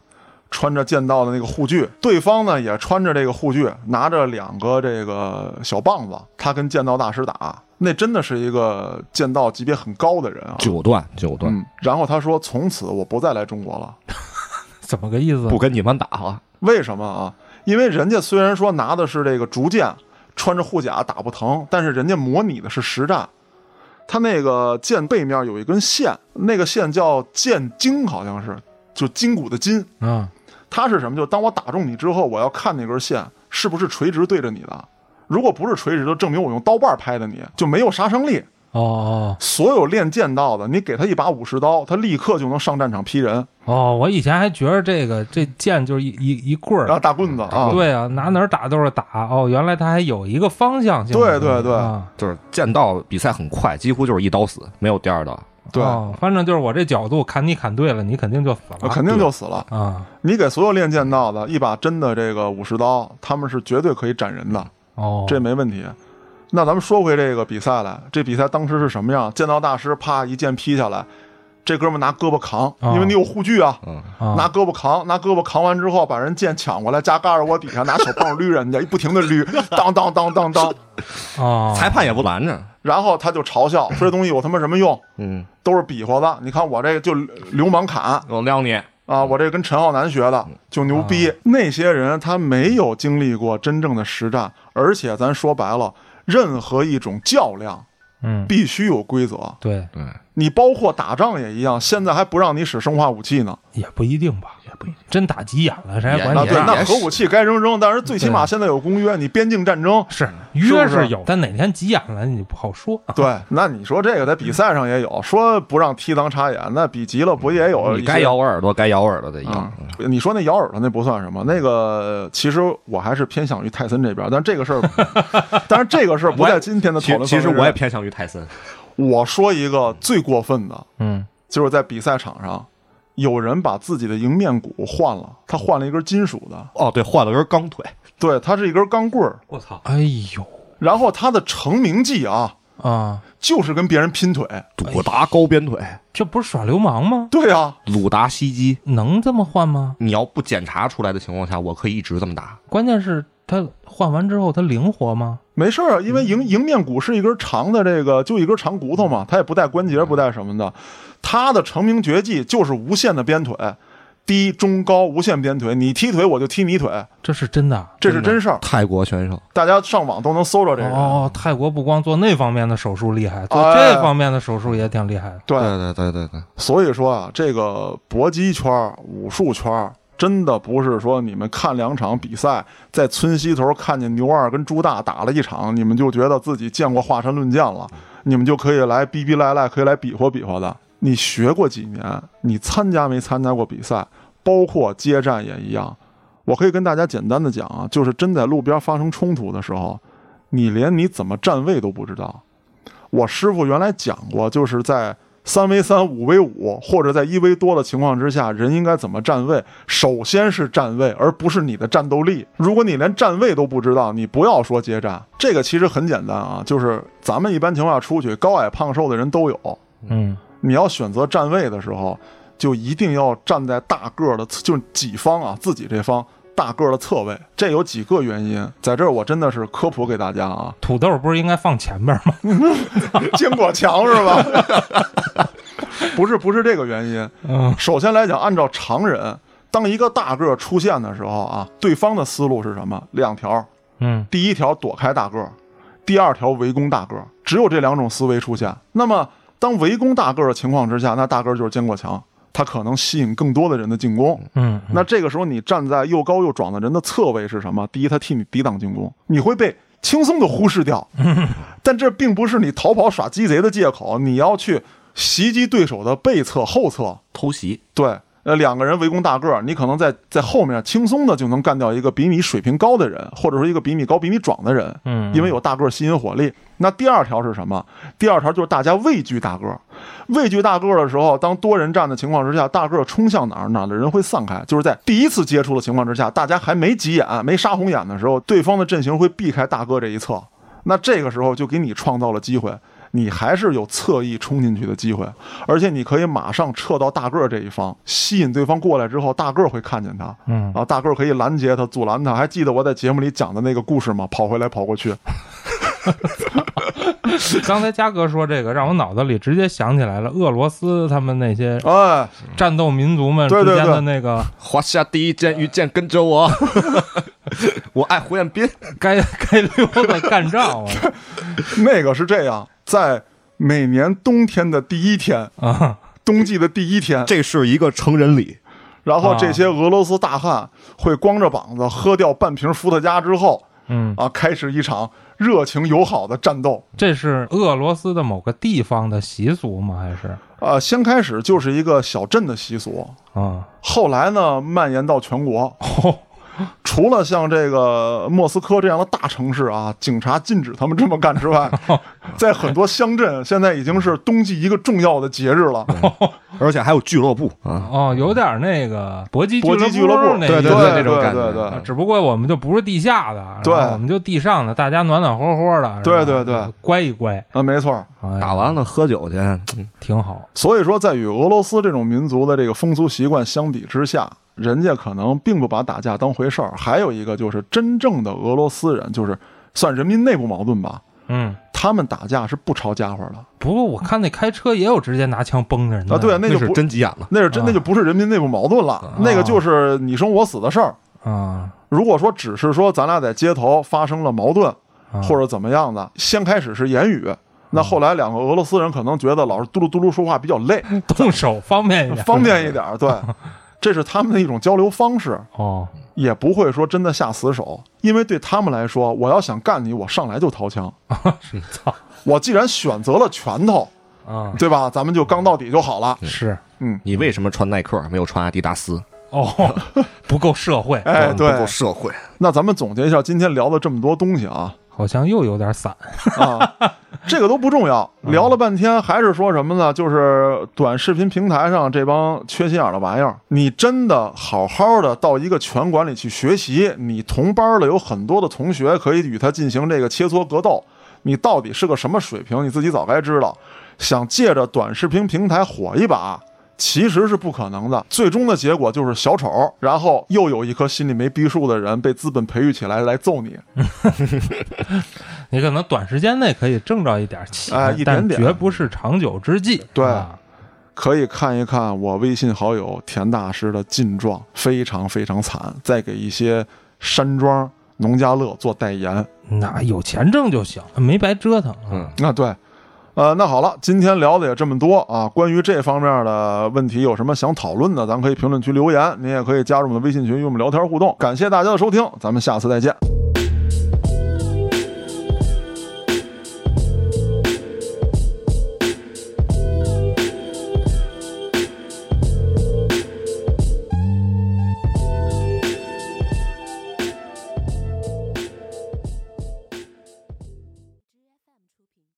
A: 穿着剑道的那个护具，对方呢也穿着这个护具，拿着两个这个小棒子，他跟剑道大师打，那真的是一个剑道级别很高的人啊。
B: 九段九段，
A: 嗯，然后他说：“从此我不再来中国了。
C: 怎么个意思？
B: 不跟你们打了。”
A: 为什么啊？因为人家虽然说拿的是这个竹剑，穿着护甲打不疼，但是人家模拟的是实战。他那个剑背面有一根线，那个线叫剑筋，好像是就筋骨的筋。
C: 嗯，
A: 它是什么？就当我打中你之后，我要看那根线是不是垂直对着你的。如果不是垂直的，证明我用刀把拍的你，就没有杀伤力。
C: 哦
A: 所有练剑道的，你给他一把武士刀，他立刻就能上战场劈人，
C: 哦哦，我以前还觉得这个这剑就是一一一棍
A: 然后
C: 儿。
A: 大棍子啊。
C: 对啊，拿哪儿打都是打哦。原来它还有一个方向性的。
A: 对对对
C: 啊
B: 就是剑道比赛很快，几乎就是一刀死，没有第二刀。
A: 对，
C: 哦反正就是我这角度砍你砍对了，你肯定就死
A: 那
C: 了。
A: 肯定就死了。
C: 啊，
A: 你给所有练剑道的一把真的这个武士刀，他们是绝对可以斩人的，
C: 哦，
A: 这没问题。那咱们说回这个比赛来，这比赛当时是什么样？剑道大师啪一剑劈下来，这哥们拿胳膊扛，
C: 啊
A: 因为你有护具啊，
B: 嗯，
C: 啊
A: 拿胳膊扛，拿胳膊扛完之后，把人剑抢过来，加嘎着窝底下，拿手棒捋人家，一不停的捋，当当当当当，
C: 哦，
B: 裁判也不拦着。
A: 然后他就嘲笑说这东西有他妈什么用，
B: 嗯，
A: 都是比划的。你看我这就流氓砍，
B: 我撩你。
A: 啊，我这跟陈浩南学的，
B: 嗯
A: 就牛逼。
B: 啊
A: 那些人他没有经历过真正的实战，而且咱说白了，任何一种较量
C: 嗯，
A: 必须有规则。
C: 对，
B: 对，
A: 你包括打仗也一样，现在还不让你使生化武器呢。
C: 也不一定吧，也不一定。真打急眼了，谁还管
B: 那
A: 啊，
C: 你
B: 也
A: 对，
B: 是
A: 那核武器该扔扔，但是最起码
C: 对
A: 现在有公约，你边境战 争，
C: 是
A: 是
C: 约
A: 不是
C: 有，但哪天急眼了你不好说。
A: 对，那你说这个在比赛上也有，说不让踢裆插眼，那比急了不也有一
B: 嗯你
A: 些？
B: 该咬我嗯耳朵，该咬我耳朵的一
A: 啊
B: 样。、
A: 你说那咬耳朵那不算什么，
B: 嗯
A: 那个呃其实我还是偏向于泰森这边，但这个事儿，但是这个事儿不在今天的
B: 其
A: 讨
B: 实
A: 论
B: 其实
A: 范围
B: 我也
A: 内
B: 偏向于泰森。
A: 我说一个最过分的，
C: 嗯，
A: 就是在比赛场上，有人把自己的迎面骨换了，他换了一根金属的，
B: 哦，对，换了根钢腿。
A: 对，它是一根钢棍儿，
D: 我操！
C: 哎呦
A: 然后他的成名技啊，
C: 啊，
A: 就是跟别人拼腿，
B: 鲁达高鞭腿，
C: 这不是耍流氓吗？
A: 对啊，
B: 鲁达袭击。
C: 能这么换吗？
B: 你要不检查出来的情况下，我可以一直这么打。
C: 关键是他换完之后他灵活吗？
A: 没事儿啊，因
C: 嗯
A: 为迎迎面骨是一根长的这个，就一根长骨头嘛，它也不带关
C: 嗯
A: 节，不带什么的。它的成名绝技就是无限的鞭腿，低、中、高无限鞭腿，你踢腿我就踢你腿，
C: 这是真的啊。
A: 这是真事儿，
B: 泰国选手，
A: 大家上网都能搜着这个。
C: 哦，泰国不光做那方面的手术厉害，做
A: 哎
C: 这方面的手术也挺厉害的。
A: 对，
B: 对对对对
A: 所以说啊，这个搏击圈儿、武术圈儿，真的不是说你们看两场比赛，在村西头看见牛二跟朱大打了一场，你们就觉得自己见过华山论剑了，你们就可以来逼逼赖赖，可以来比划比划的。你学过几年？你参加没参加过比赛？包括接战也一样。我可以跟大家简单的讲啊，就是真在路边发生冲突的时候，你连你怎么站位都不知道。我师傅原来讲过，就是在三 v 三、五 v 五，或者在一 v 多的情况之下，人应该怎么站位？首先是站位，而不是你的战斗力。如果你连站位都不知道，你不要说接战。这个其实很简单啊，就是咱们一般情况下出去，高矮胖瘦的人都有。
C: 嗯，
A: 你要选择站位的时候，就一定要站在大个儿的，就是己方啊，自己这方大个儿的侧位。这有几个原因，在这儿我真的是科普给大家啊
C: 土豆不是应该放前边 吗？
A: 经过墙是吧？ 不是，不是这个原因。
C: 嗯
A: 首先来讲，按照常人，当一个大个儿出现的时候啊，对方的思路是什么？两条，
C: 嗯
A: 第一条躲开大个儿，第二条围攻大个儿，只有这两种思维出现。那么，当围攻大个儿的情况之下，那大个儿就是坚过强，他可能吸引更多的人的进攻。
C: 嗯，
A: 那这个时候，你站在又高又壮的人的侧位是什么？第一，他替你抵挡进攻，你会被轻松的忽视掉。但这并不是你逃跑耍鸡贼的借口，你要去袭击对手的背侧、后侧。
B: 偷袭，
A: 对，呃，两个人围攻大个儿，你可能在在后面轻松的就能干掉一个比你水平高的人，或者说一个比你高、比你壮的人。
C: 嗯
A: 因为有大个儿吸引火力。那第二条是什么？第二条就是大家畏惧大个儿，畏惧大个儿的时候，当多人战的情况之下，大个儿冲向哪儿，哪儿的人会散开。就是在第一次接触的情况之下，大家还没急眼、没杀红眼的时候，对方的阵型会避开大哥这一侧。那这个时候就给你创造了机会，你还是有侧翼冲进去的机会，而且你可以马上撤到大个儿这一方，吸引对方过来之后，大个儿会看见他，
C: 嗯
A: 啊，大个儿可以拦截他、阻拦他。还记得我在节目里讲的那个故事吗？跑回来跑过去，
C: 刚才嘉哥说这个，让我脑子里直接想起来了，俄罗斯他们那些
A: 哎，
C: 战斗民族们之
A: 对对
C: 间
A: 对
C: 的那个
B: 华夏第一剑，御剑跟着我， 我爱胡彦斌。
C: 该 该溜的干 仗啊
A: 那个是这样，在每年冬天的第一天，
C: 啊！
A: 冬季的第一天，
B: 这是一个成人礼，
A: 然后这些俄罗斯大汉会光着膀子喝掉半瓶伏特加之后，
C: 嗯，
A: 啊，开始一场热情友好的战斗。
C: 这是俄罗斯的某个地方的习俗吗？还是
A: 啊，先开始就是一个小镇的习俗，
C: 啊？
A: 后来呢蔓延到全国。
B: 哦
A: 除了像这个莫斯科这样的大城市啊，警察禁止他们这么干之 外，在很多乡镇现在已经是冬季一个重要的节日 了。
B: 而且还有俱乐部啊，
C: 哦，有点那个搏击
A: 搏击俱乐
C: 部
A: 部，
C: 那
A: 对
C: 意思
A: 对
B: 对
A: 对
B: 那种感觉
A: 对
C: 啊
A: 对
C: 只不过我们就不是地下的，
A: 对
C: 然后我们就地上的，大家暖暖和和的，
A: 对
C: 是吧
A: 对对，
C: 乖一乖，
A: 啊，没错儿。
C: 哎
B: 打完了喝酒去，
C: 挺好。
A: 所以说，在与俄罗斯这种民族的这个风俗习惯相比之下，人家可能并不把打架当回事儿。还有一个就是，真正的俄罗斯人就是算人民内部矛盾吧，
C: 嗯，
A: 他们打架是不抄家伙的
C: 不过我看那开车也有直接拿枪崩的人的
A: 啊。对，那
B: 嗯那
A: 就是不
B: 真急眼了。
A: 那是真那就不是人民内部矛盾了，那个就是你生我死的事儿。
C: 啊，
A: 如果说只是说咱俩在街头发生了矛盾，
C: 啊
A: 或者怎么样的，先开始是言语，那后来两个俄罗斯人可能觉得老是嘟噜嘟噜说话比较累，
C: 动手方便一点，
A: 方便一点哎 儿，对，这是他们的一种交流方式，
C: 哦，
A: 也不会说真的下死手，因为对他们来说，我要想干你，我上来就掏枪，
C: 操
A: 我既然选择了拳头，
C: 啊，
A: 对吧？咱们就刚到底就好了。
C: 是
B: 你为什么穿耐克没有穿阿迪达斯？
C: 哦，不够社会，
A: 哎，
B: 不够
A: 对，
B: 社会。
A: 那咱们总结一下今天聊的这么多东西啊
C: 好像又有点散。
A: 啊，这个都不重要，聊了半天还是说什么呢？就是短视频平台上这帮缺心眼儿的玩意儿，你真的好好的到一个拳馆里去学习，你同班的有很多的同学可以与他进行这个切磋格斗，你到底是个什么水平，你自己早该知道。想借着短视频平台火一把，其实是不可能的。最终的结果就是小丑，然后又有一棵心里没逼数的人被资本培育起来来揍你。
C: 你可能短时间内可以挣着一点钱，
A: 哎一点
C: 但
A: 点
C: 绝不是长久之计。
A: 对
C: 啊
A: 可以看一看我微信好友田大师的近状，非常非常惨。再给一些山庄农家乐做代言，
C: 那有钱挣就行，没白折腾。啊
B: 嗯，
A: 那啊对。呃，那好了，今天聊的也这么多啊。关于这方面的问题，有什么想讨论的，咱可以评论区留言。您也可以加入我们的微信群，与我们聊天互动。感谢大家的收听，咱们下次再见。